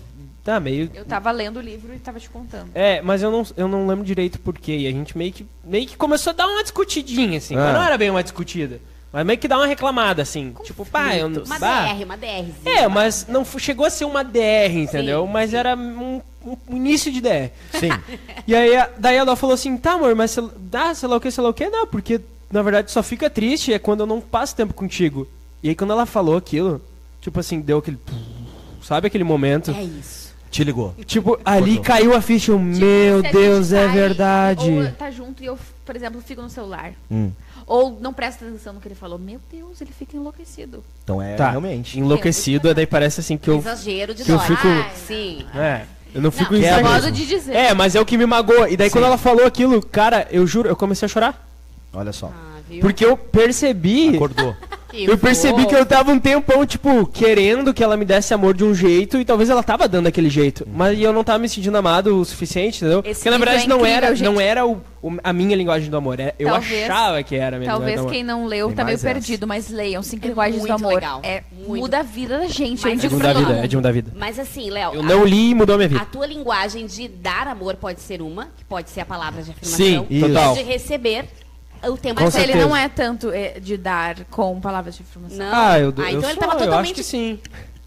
Speaker 5: Tá meio...
Speaker 2: Eu tava lendo o livro e tava te contando.
Speaker 5: É, mas eu não, eu não lembro direito porquê. E a gente meio que, meio que começou a dar uma discutidinha, assim.
Speaker 1: Ah.
Speaker 5: Mas não era bem uma discutida. Mas meio que dá uma reclamada, assim. Tipo, pá, eu não...
Speaker 4: Um é Uma
Speaker 5: bah.
Speaker 4: DR, uma DR.
Speaker 5: É, mas não fu- chegou a ser uma DR, entendeu? mas era um- um início de DR.
Speaker 1: Sim.
Speaker 5: <laughs> E aí, a- daí a Ló falou assim, tá, amor, mas sei, lá- dá, sei lá o que, sei lá o que, não, porque na verdade só fica triste é quando eu não passo tempo contigo. E aí quando ela falou aquilo, tipo assim, deu aquele. Sabe aquele momento?
Speaker 4: É isso.
Speaker 1: Te ligou.
Speaker 5: Tipo, ali caiu a ficha, eu,
Speaker 2: Tipo,
Speaker 5: meu
Speaker 2: se a gente
Speaker 5: Deus, é
Speaker 2: sai
Speaker 5: verdade.
Speaker 2: Ou tá junto e eu, por exemplo, fico no celular.
Speaker 1: Hum.
Speaker 2: Ou não presta atenção no que ele falou. Meu Deus, ele fica enlouquecido.
Speaker 1: Então é
Speaker 5: Tá,
Speaker 1: realmente.
Speaker 5: enlouquecido, daí parece assim que eu.
Speaker 4: Exagero de
Speaker 5: que eu
Speaker 4: Doris.
Speaker 5: fico-
Speaker 4: Ah, sim.
Speaker 5: É, eu não fico
Speaker 2: não, é
Speaker 1: Quebra
Speaker 2: o
Speaker 5: Instagram.
Speaker 2: modo de dizer.
Speaker 5: É, mas é o que me magoou. E daí quando ela falou aquilo, cara, eu juro, eu comecei a chorar.
Speaker 1: Olha só.
Speaker 4: Ah, viu?
Speaker 5: Porque eu percebi. <laughs>
Speaker 1: Acordou.
Speaker 5: Eu percebi que eu tava um tempão, tipo, querendo que ela me desse amor de um jeito, e talvez ela tava dando aquele jeito. Mas eu não tava me sentindo amado o suficiente, entendeu?
Speaker 2: Esse
Speaker 5: Porque na
Speaker 2: livro
Speaker 5: verdade
Speaker 2: é
Speaker 5: não
Speaker 2: incrível,
Speaker 5: era,
Speaker 2: gente.
Speaker 5: não era o- o- a minha linguagem do amor. é- Eu
Speaker 2: Talvez-
Speaker 5: achava que era a minha
Speaker 2: Talvez quem
Speaker 5: linguagem
Speaker 2: não leu
Speaker 1: Tem
Speaker 2: tá meio
Speaker 1: mais essa.
Speaker 2: perdido, mas leiam Cinco
Speaker 4: É
Speaker 2: Linguagens do
Speaker 4: muito
Speaker 2: Amor.
Speaker 4: legal.
Speaker 2: É,
Speaker 4: Muito.
Speaker 2: muda a vida da gente. Eu
Speaker 4: Mas-
Speaker 5: do
Speaker 2: indico
Speaker 5: amor.
Speaker 2: pra
Speaker 5: É de um da
Speaker 2: todo
Speaker 5: vida, é
Speaker 2: mundo.
Speaker 5: de um da vida.
Speaker 4: Mas assim, Léo,
Speaker 5: Eu
Speaker 4: a-
Speaker 5: não li e mudou a minha
Speaker 4: a,
Speaker 5: vida.
Speaker 4: tua linguagem de dar amor pode ser uma, que pode ser a palavra de
Speaker 5: Sim,
Speaker 4: afirmação.
Speaker 1: isso.
Speaker 5: total.
Speaker 4: De receber o tempo
Speaker 5: Com
Speaker 2: Mas ele
Speaker 5: certeza.
Speaker 2: não é tanto é, de dar com palavras de informação.
Speaker 4: Não. Ah,
Speaker 5: Ah, eu, eu
Speaker 4: então ele
Speaker 5: sou,
Speaker 4: tava
Speaker 5: eu acho
Speaker 4: totalmente,
Speaker 5: que sim.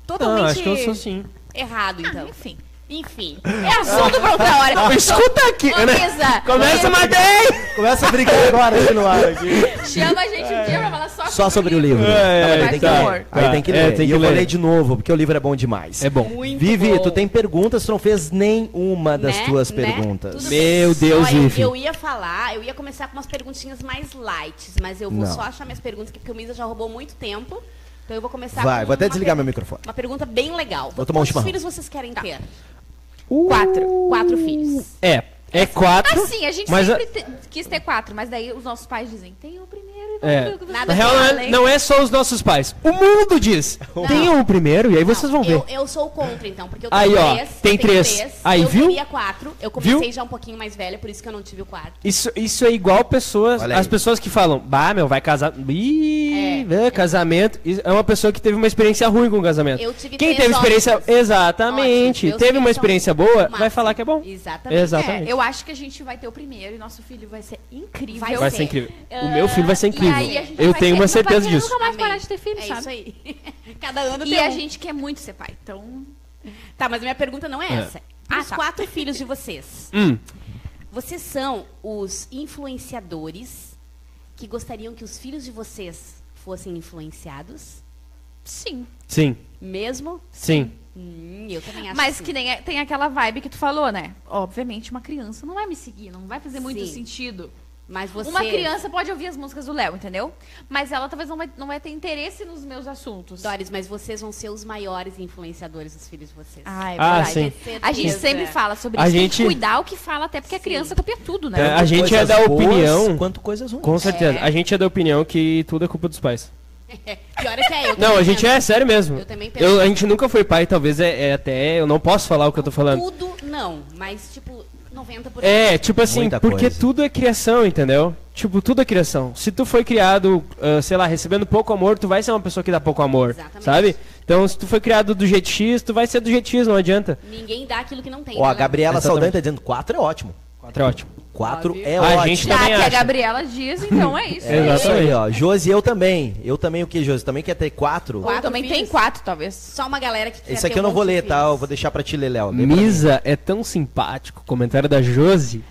Speaker 4: totalmente
Speaker 5: Não, acho que eu sou sim.
Speaker 4: errado, então.
Speaker 2: Enfim.
Speaker 4: Enfim.
Speaker 2: É
Speaker 1: <laughs>
Speaker 2: assunto pra outra
Speaker 5: <laughs>
Speaker 2: hora.
Speaker 5: Ah, Escuta aqui,
Speaker 2: Ô, Isa,
Speaker 5: né? Começa,
Speaker 2: eu-
Speaker 5: Matei!
Speaker 1: Começa a brigar agora aqui no ar. Aqui.
Speaker 2: Chama a gente um dia pra falar só,
Speaker 1: Só sobre o livro.
Speaker 5: É,
Speaker 1: Não, mas
Speaker 5: é,
Speaker 1: tem que
Speaker 5: tá.
Speaker 1: ler. Aí
Speaker 5: Tá.
Speaker 1: tem que
Speaker 5: É,
Speaker 1: ler.
Speaker 5: tem
Speaker 1: e
Speaker 5: que
Speaker 1: eu vou
Speaker 5: ler.
Speaker 1: ler de novo, porque o livro é bom demais.
Speaker 5: É bom.
Speaker 4: Muito
Speaker 1: Vivi,
Speaker 4: bom.
Speaker 1: tu tem perguntas, tu não fez nenhuma das
Speaker 4: Né?
Speaker 1: tuas
Speaker 4: Né?
Speaker 1: perguntas.
Speaker 4: Tudo
Speaker 5: Meu Deus,
Speaker 4: Olha, eu-
Speaker 5: Ife.
Speaker 4: eu ia falar, eu ia começar com umas perguntinhas mais light, mas eu vou
Speaker 1: Não.
Speaker 4: só achar minhas perguntas, aqui, porque o Misa já roubou muito tempo. Então eu vou começar
Speaker 1: Vai,
Speaker 4: com
Speaker 1: vou até
Speaker 4: uma
Speaker 1: desligar
Speaker 4: per-
Speaker 1: meu microfone.
Speaker 4: Uma pergunta bem legal.
Speaker 1: Vou tomar um
Speaker 4: Quantos
Speaker 1: chimarrão. Uh!
Speaker 4: filhos vocês querem ter?
Speaker 2: quatro.
Speaker 4: Quatro filhos.
Speaker 5: É, é
Speaker 4: Ah,
Speaker 5: quatro.
Speaker 2: Assim, a gente
Speaker 5: mas
Speaker 2: sempre te- quis ter quatro, mas daí os nossos pais dizem, tem o primeiro e vai
Speaker 5: É.
Speaker 2: ver o que você
Speaker 4: Nada
Speaker 5: Na
Speaker 2: fala,
Speaker 5: real, não é,
Speaker 2: hein?
Speaker 5: não é só os nossos pais. O mundo diz. Tenham o primeiro e aí vocês vão ver.
Speaker 4: Eu, eu sou contra, então, porque eu tenho
Speaker 5: Aí, ó,
Speaker 4: três. eu
Speaker 5: tem
Speaker 4: tenho
Speaker 5: três. Aí,
Speaker 4: eu
Speaker 5: viu?
Speaker 4: queria quatro. Eu comecei
Speaker 5: Viu?
Speaker 4: já um pouquinho mais velha, por isso que eu não tive o quarto.
Speaker 5: Isso, isso é igual pessoas,
Speaker 1: Olha
Speaker 5: as
Speaker 1: aí.
Speaker 5: pessoas que falam, bah, meu, vai casar. Ih, é, casamento. Isso É uma pessoa que teve uma experiência ruim com o casamento.
Speaker 4: Eu tive
Speaker 5: Quem
Speaker 4: três
Speaker 5: teve experiência.
Speaker 4: ótimos.
Speaker 5: Exatamente.
Speaker 4: Ótimos, meus
Speaker 5: teve uma
Speaker 4: filhos
Speaker 5: experiência
Speaker 4: são
Speaker 5: boa,
Speaker 4: o
Speaker 5: vai
Speaker 4: máximo.
Speaker 5: falar que é bom.
Speaker 4: Exatamente.
Speaker 5: Exatamente.
Speaker 2: É, eu acho que a gente vai ter o primeiro e nosso filho vai ser incrível. Ah,
Speaker 4: Vai
Speaker 5: Vai
Speaker 4: sei.
Speaker 5: ser incrível. O meu filho vai ser
Speaker 2: E aí a
Speaker 5: incrível.
Speaker 2: gente
Speaker 5: Eu
Speaker 2: vai
Speaker 5: tenho
Speaker 2: ter-
Speaker 5: uma
Speaker 2: não vai
Speaker 5: certeza
Speaker 2: querer
Speaker 5: disso.
Speaker 2: Nunca mais
Speaker 4: Amém.
Speaker 2: parar de ter filho,
Speaker 4: é
Speaker 2: sabe?
Speaker 4: isso aí.
Speaker 2: <laughs>
Speaker 4: Cada ano
Speaker 2: E
Speaker 4: tem
Speaker 2: a
Speaker 4: um.
Speaker 2: gente quer muito ser pai, então...
Speaker 4: Tá, mas a minha pergunta não é, essa.
Speaker 2: Ah,
Speaker 4: Os
Speaker 2: tá.
Speaker 4: quatro filhos de vocês,
Speaker 5: Hum,
Speaker 4: vocês são os influenciadores que gostariam que os filhos de vocês fossem influenciados?
Speaker 2: Sim.
Speaker 5: sim,
Speaker 4: Mesmo?
Speaker 5: sim.
Speaker 4: Hum, eu também acho
Speaker 2: Mas
Speaker 4: sim.
Speaker 2: que nem é- tem aquela vibe que tu falou, né? Obviamente, uma criança não vai me seguir, não vai fazer muito
Speaker 4: Sim.
Speaker 2: sentido.
Speaker 4: Mas você.
Speaker 2: Uma criança pode ouvir as músicas do Léo, entendeu? Mas ela talvez não vai, não vai ter interesse nos meus assuntos.
Speaker 4: Doris, mas vocês vão ser os maiores influenciadores dos filhos de vocês.
Speaker 2: Ah, é
Speaker 3: Ah,
Speaker 2: verdade.
Speaker 3: sim.
Speaker 2: A gente sempre fala sobre
Speaker 5: A
Speaker 2: isso. Tem
Speaker 5: gente-
Speaker 2: que cuidar o que fala, até porque a criança copia tudo, né?
Speaker 5: É, a gente
Speaker 1: Coisas
Speaker 5: é da
Speaker 1: boas
Speaker 5: opinião-
Speaker 1: Quanto coisas ruins.
Speaker 5: Com certeza. A gente é da opinião que tudo é culpa dos pais.
Speaker 4: <laughs> Pior é que é eu.
Speaker 5: Não, a gente é sério mesmo.
Speaker 4: Eu também penso.
Speaker 5: eu, a gente nunca foi pai, talvez é, é até. Eu não posso falar o que eu tô falando.
Speaker 4: Tudo não, mas tipo 90%.
Speaker 5: É, tipo assim,
Speaker 1: Muita
Speaker 5: porque
Speaker 1: coisa.
Speaker 5: tudo é criação, entendeu? Tipo, tudo é criação. Se tu foi criado, ah, sei lá, recebendo pouco amor, tu vai ser uma pessoa que dá pouco amor,
Speaker 4: Exatamente.
Speaker 5: sabe? Então, se tu foi criado do jeito X, tu vai ser do jeito X, não adianta.
Speaker 4: Ninguém dá aquilo que não tem.
Speaker 1: Ó, a
Speaker 4: né, galera?
Speaker 1: Gabriela
Speaker 5: Exatamente.
Speaker 1: Saldanha tá dizendo 4 é ótimo.
Speaker 5: Quatro é ótimo.
Speaker 1: 4 é
Speaker 5: A
Speaker 1: ótimo.
Speaker 5: gente tá-
Speaker 2: Já
Speaker 5: também
Speaker 2: Tá, que a
Speaker 5: acho.
Speaker 2: Gabriela diz, então é
Speaker 5: <laughs>
Speaker 2: isso.
Speaker 1: É
Speaker 2: aí.
Speaker 1: isso aí, ó. Josi, eu também. Eu também o que, Josi? Também quer ter 4?
Speaker 2: Ou também
Speaker 4: Quatro
Speaker 2: tem
Speaker 4: filhos.
Speaker 2: quatro, talvez.
Speaker 4: Só uma galera que quer
Speaker 1: Esse aqui
Speaker 4: ter
Speaker 1: eu não
Speaker 4: um
Speaker 1: vou
Speaker 4: monte
Speaker 1: ler,
Speaker 4: de
Speaker 1: tá? Eu
Speaker 4: filhos.
Speaker 1: vou deixar pra ti ler, Léo. Lê Tá pra mim.
Speaker 5: Misa é tão simpático. Comentário da Josi.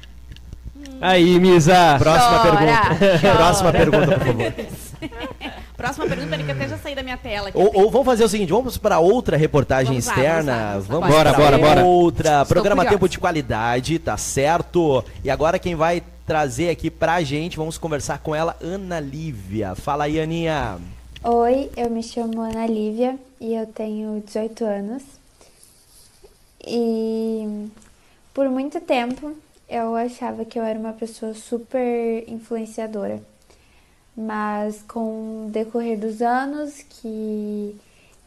Speaker 5: Aí, Misa.
Speaker 1: Próxima
Speaker 2: Chora,
Speaker 1: pergunta.
Speaker 2: chora.
Speaker 1: Próxima pergunta, por
Speaker 2: <laughs>
Speaker 1: favor.
Speaker 4: Próxima pergunta, ele que até já saí da minha tela. aqui.
Speaker 1: Ou, ou vamos fazer o seguinte, vamos para outra reportagem
Speaker 4: Vamos lá,
Speaker 1: externa.
Speaker 4: vamos lá,
Speaker 1: vamos
Speaker 4: vamos lá.
Speaker 1: pra
Speaker 5: Bora, bora, bora.
Speaker 1: outra. Programa
Speaker 2: curiosa.
Speaker 1: Tempo de Qualidade, tá certo? E agora quem vai trazer aqui pra gente, vamos conversar com ela, Ana Lívia. Fala aí, Aninha.
Speaker 6: Oi, eu me chamo Ana Lívia e eu tenho 18 anos. E por muito tempo eu achava que eu era uma pessoa super influenciadora. Mas com o decorrer dos anos que,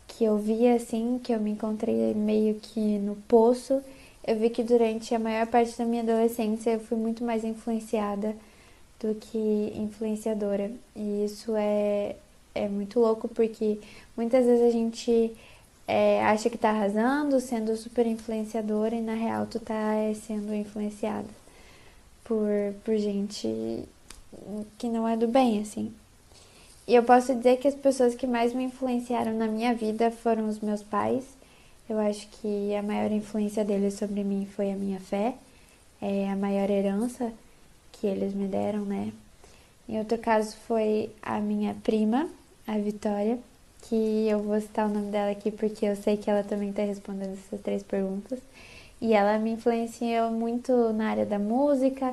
Speaker 6: que eu via assim, que eu me encontrei meio que no poço, eu vi que durante a maior parte da minha adolescência eu fui muito mais influenciada do que influenciadora. E isso é, é muito louco porque muitas vezes a gente é, acha que tá arrasando, sendo super influenciadora, e na real tu tá é, sendo influenciada por, por gente que não é do bem, assim. E eu posso dizer que as pessoas que mais me influenciaram na minha vida foram os meus pais. Eu acho que a maior influência deles sobre mim foi a minha fé, é a maior herança que eles me deram, né? Em outro caso foi a minha prima, a Vitória, que eu vou citar o nome dela aqui porque eu sei que ela também está respondendo essas três perguntas. E ela me influenciou muito na área da música,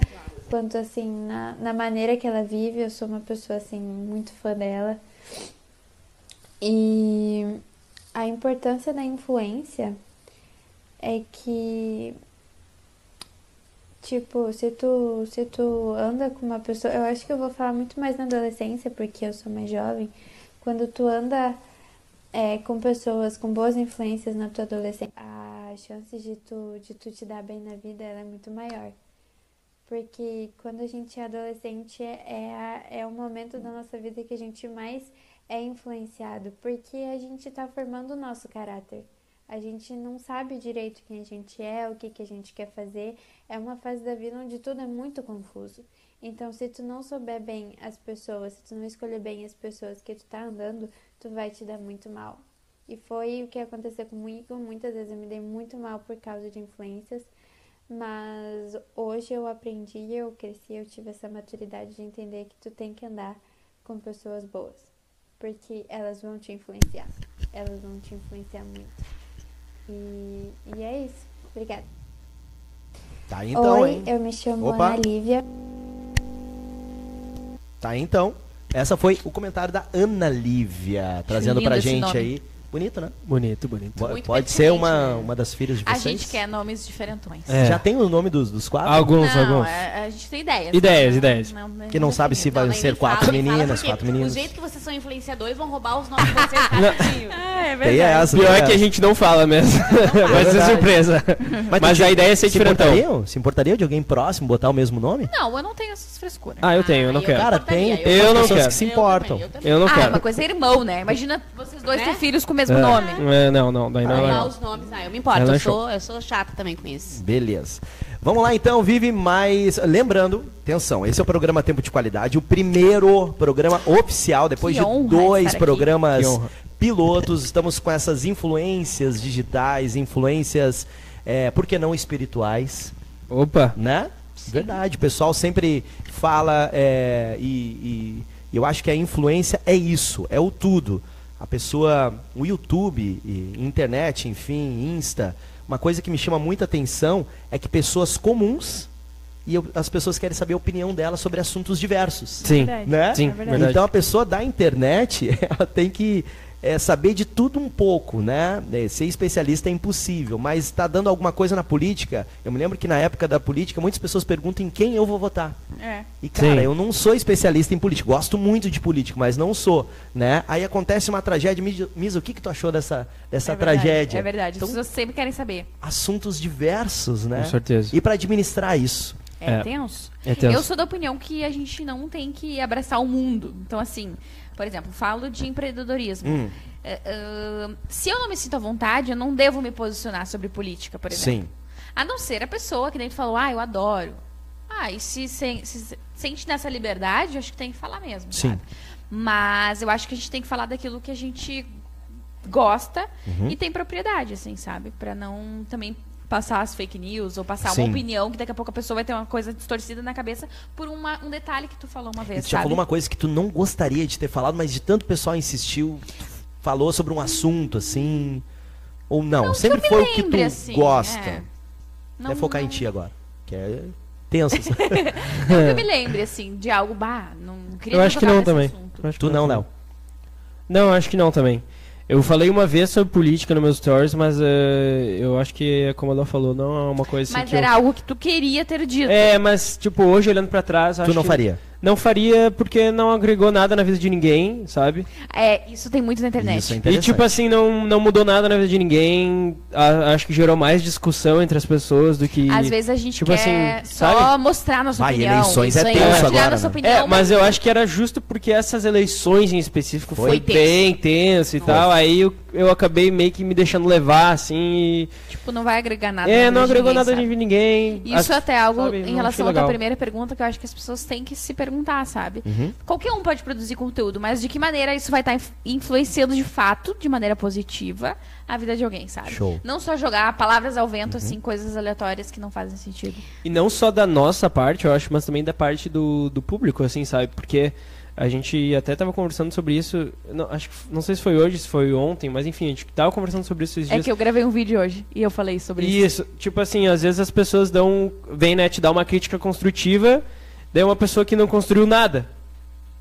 Speaker 6: quanto assim, na, na maneira que ela vive. Eu sou uma pessoa assim, muito fã dela. E a importância da influência é que Tipo, se tu, se tu anda com uma pessoa. Eu acho que eu vou falar muito mais na adolescência, porque eu sou mais jovem. Quando tu anda é, com pessoas com boas influências na tua adolescência, a chance de tu, de tu te dar bem na vida ela é muito maior. Porque quando a gente é adolescente, é, a- é o momento da nossa vida que a gente mais é influenciado, porque a gente está formando o nosso caráter. A gente não sabe direito quem a gente é, o que, que a gente quer fazer. É uma fase da vida onde tudo é muito confuso. Então, se tu não souber bem as pessoas, se tu não escolher bem as pessoas que tu tá andando, tu vai te dar muito mal. E foi o que aconteceu comigo. Muitas vezes eu me dei muito mal por causa de influências. Mas hoje eu aprendi, eu cresci, eu tive essa maturidade de entender que tu tem que andar com pessoas boas. Porque elas vão te influenciar. Elas vão te influenciar muito. E, e é isso. Obrigada.
Speaker 1: Tá então,
Speaker 6: Oi,
Speaker 1: hein?
Speaker 6: eu me chamo
Speaker 1: Opa.
Speaker 6: Ana Lívia.
Speaker 1: Tá então. Essa foi o comentário da Ana Lívia, trazendo
Speaker 2: Lindo
Speaker 1: pra
Speaker 2: esse
Speaker 1: gente
Speaker 2: nome.
Speaker 1: aí. Bonito, né?
Speaker 5: Bonito, bonito.
Speaker 1: Bo-
Speaker 2: Muito
Speaker 1: Pode
Speaker 2: pertinente,
Speaker 1: ser uma,
Speaker 2: né?
Speaker 1: uma das filhas de
Speaker 2: A
Speaker 1: vocês.
Speaker 2: gente quer nomes diferentões.
Speaker 5: É.
Speaker 1: Já tem o nome dos, dos quatro?
Speaker 5: Alguns,
Speaker 2: Não,
Speaker 5: alguns.
Speaker 2: é- a gente tem ideias.
Speaker 5: Ideias,
Speaker 2: Não,
Speaker 5: ideias.
Speaker 2: não- é não-
Speaker 1: Que não sabe se vai
Speaker 4: Não, nem
Speaker 1: ser
Speaker 4: me
Speaker 1: quatro
Speaker 4: fala, me fala,
Speaker 1: meninas,
Speaker 4: porque
Speaker 1: quatro meninos.
Speaker 4: Do jeito que vocês são influenciadores, vão roubar os nomes de vocês tá, rapidinho.
Speaker 5: É,
Speaker 1: Tem essa, né?
Speaker 5: Pior
Speaker 1: tem
Speaker 5: é que a
Speaker 1: essa.
Speaker 5: gente não fala mesmo. <laughs> Vai ser
Speaker 1: É verdade.
Speaker 5: surpresa. Mas,
Speaker 1: tu te-
Speaker 5: a ideia é ser
Speaker 1: se
Speaker 5: diferentão.
Speaker 1: importaria? Se importaria de alguém próximo botar o mesmo nome?
Speaker 2: Não, eu não tenho essas frescuras.
Speaker 5: Ah, eu tenho, eu não
Speaker 4: Ah, eu
Speaker 5: quero.
Speaker 1: Cara,
Speaker 4: importaria,
Speaker 1: tem,
Speaker 4: eu
Speaker 1: tem
Speaker 5: Eu não
Speaker 1: pessoas
Speaker 5: quero.
Speaker 1: que se importam.
Speaker 4: Eu também, eu
Speaker 5: Eu não
Speaker 2: ah,
Speaker 5: quero.
Speaker 2: uma coisa é irmão, né? Imagina vocês dois
Speaker 4: Né?
Speaker 2: ter filhos com o mesmo
Speaker 5: É.
Speaker 2: nome.
Speaker 5: É, não, não, daí não é
Speaker 4: também. Roubar
Speaker 5: legal.
Speaker 4: os nomes, ah, eu me importo.
Speaker 5: Ela
Speaker 4: Eu
Speaker 5: é
Speaker 4: sou, eu sou chata também com isso.
Speaker 1: Beleza. Vamos lá então, Vive, mas lembrando, atenção, esse é o programa Tempo de Qualidade, o primeiro programa oficial, depois
Speaker 2: Que
Speaker 1: de
Speaker 2: honra
Speaker 1: dois
Speaker 2: estar aqui.
Speaker 1: programas
Speaker 5: Que honra.
Speaker 1: pilotos, estamos com essas influências digitais, influências, é, por que não espirituais,
Speaker 5: Opa.
Speaker 1: né? Verdade, o pessoal sempre fala é, e, e eu acho que a influência é isso, é o tudo. A pessoa, o YouTube, e internet, enfim, Insta, uma coisa que me chama muita atenção é que pessoas comuns e eu- as pessoas querem saber a opinião dela sobre assuntos diversos.
Speaker 5: Sim.
Speaker 7: Verdade.
Speaker 1: Né?
Speaker 5: Sim,
Speaker 7: É verdade.
Speaker 1: Então a pessoa da internet, <laughs> ela tem que é, saber de tudo um pouco, né? É, Ser especialista é impossível, mas está dando alguma coisa na política. Eu me lembro que na época da política, muitas pessoas perguntam em quem eu vou votar.
Speaker 2: É.
Speaker 1: E cara,
Speaker 5: Sim.
Speaker 1: eu não sou especialista em política, gosto muito de política, mas não sou, né? Aí acontece uma tragédia, Mi- Misa, o que que tu achou dessa, dessa
Speaker 2: é verdade,
Speaker 1: tragédia?
Speaker 2: É verdade.
Speaker 1: Então,
Speaker 2: As pessoas sempre querem saber.
Speaker 1: assuntos diversos, né?
Speaker 3: Com certeza.
Speaker 1: E para administrar isso.
Speaker 2: É,
Speaker 3: É.
Speaker 2: tenso.
Speaker 3: É tenso.
Speaker 2: Eu sou da opinião que a gente não tem que abraçar o mundo. Então, assim, por exemplo, falo de empreendedorismo.
Speaker 1: Hum.
Speaker 2: É, ahn, se eu não me sinto à vontade, eu não devo me posicionar sobre política, por exemplo.
Speaker 1: Sim.
Speaker 2: A não ser a pessoa que nem tu falou, ah, eu adoro. Ah, e se, sen- se sente nessa liberdade, eu acho que tem que falar mesmo.
Speaker 1: Sim.
Speaker 2: sabe? Mas eu acho que a gente tem que falar daquilo que a gente gosta
Speaker 1: Uhum.
Speaker 2: e tem propriedade, assim, sabe? Pra não também passar as fake news ou passar
Speaker 1: Sim.
Speaker 2: uma opinião que daqui a pouco a pessoa vai ter uma coisa distorcida na cabeça por uma- um detalhe que tu falou uma
Speaker 1: E
Speaker 2: vez,
Speaker 1: tu já
Speaker 2: sabe?
Speaker 1: falou uma coisa que tu não gostaria de ter falado, mas de tanto pessoal insistiu, falou sobre um assunto assim, ou não, sempre
Speaker 2: que eu me
Speaker 1: foi o que tu
Speaker 2: lembre, assim,
Speaker 1: gosta.
Speaker 2: é.
Speaker 1: Não, focar em ti agora, que é tenso.
Speaker 2: Não que eu me lembre, assim, de algo, bah, não queria
Speaker 5: Eu
Speaker 2: nem
Speaker 5: acho que
Speaker 2: tocar
Speaker 5: não
Speaker 2: nesse
Speaker 5: também.
Speaker 2: assunto.
Speaker 5: Eu acho que
Speaker 1: tu não,
Speaker 5: <laughs>
Speaker 1: Léo.
Speaker 5: Não, acho que não também. Eu falei uma vez sobre política no meus stories, mas eh, eu acho que, como a Ló falou, não é uma coisa assim
Speaker 2: Mas
Speaker 5: que eu-
Speaker 2: era algo que tu queria ter dito.
Speaker 5: É, mas, tipo, hoje olhando pra trás, acho
Speaker 1: Tu não
Speaker 5: que
Speaker 1: faria.
Speaker 5: Não faria porque não agregou nada na vida de ninguém, sabe?
Speaker 2: É, isso tem muito na internet.
Speaker 1: Isso é
Speaker 5: E,
Speaker 1: interessante.
Speaker 5: tipo assim, não, não mudou nada na vida de ninguém. A- acho que gerou mais discussão entre as pessoas do que.
Speaker 2: Às vezes a gente
Speaker 5: tipo
Speaker 2: quer
Speaker 5: assim,
Speaker 2: só
Speaker 5: sabe?
Speaker 2: mostrar nossa
Speaker 1: Vai,
Speaker 2: opinião.
Speaker 1: eleições
Speaker 2: isso
Speaker 1: é
Speaker 2: aí,
Speaker 1: tenso
Speaker 2: compartilhar
Speaker 1: agora,
Speaker 2: nossa
Speaker 1: né?
Speaker 2: opinião.
Speaker 5: É, mas eu acho que era justo porque essas eleições em específico foi,
Speaker 2: Foi tenso.
Speaker 5: bem tenso e tal. Aí eu, eu acabei meio que me deixando levar, assim. E,
Speaker 2: Tipo, não vai agregar nada. na
Speaker 5: é,
Speaker 2: vida
Speaker 5: não
Speaker 2: de
Speaker 5: agregou
Speaker 2: ninguém,
Speaker 5: nada
Speaker 2: sabe?
Speaker 5: de ninguém.
Speaker 2: Isso
Speaker 5: As-
Speaker 2: até é algo
Speaker 5: sabe, não
Speaker 2: em
Speaker 5: achei
Speaker 2: relação à tua
Speaker 5: legal.
Speaker 2: primeira pergunta que eu acho que as pessoas têm que se perguntar, sabe?
Speaker 5: Uhum.
Speaker 2: Qualquer um pode produzir conteúdo, mas de que maneira isso vai estar inf- influenciando de fato, de maneira positiva, a vida de alguém, sabe?
Speaker 1: Show.
Speaker 2: Não só jogar palavras ao
Speaker 5: Uhum.
Speaker 2: vento, assim, coisas aleatórias que não fazem sentido.
Speaker 5: E não só da nossa parte, eu acho, mas também da parte do, do público, assim, sabe? Porque a gente até tava conversando sobre isso, não, acho que, não sei se foi hoje, se foi ontem, mas enfim, a gente tava conversando sobre isso esses
Speaker 2: É
Speaker 5: dias.
Speaker 2: que eu gravei um vídeo hoje e eu falei sobre isso.
Speaker 5: Isso, tipo assim, às vezes as pessoas dão, vem, né, te dar uma crítica construtiva, daí uma pessoa que não construiu nada.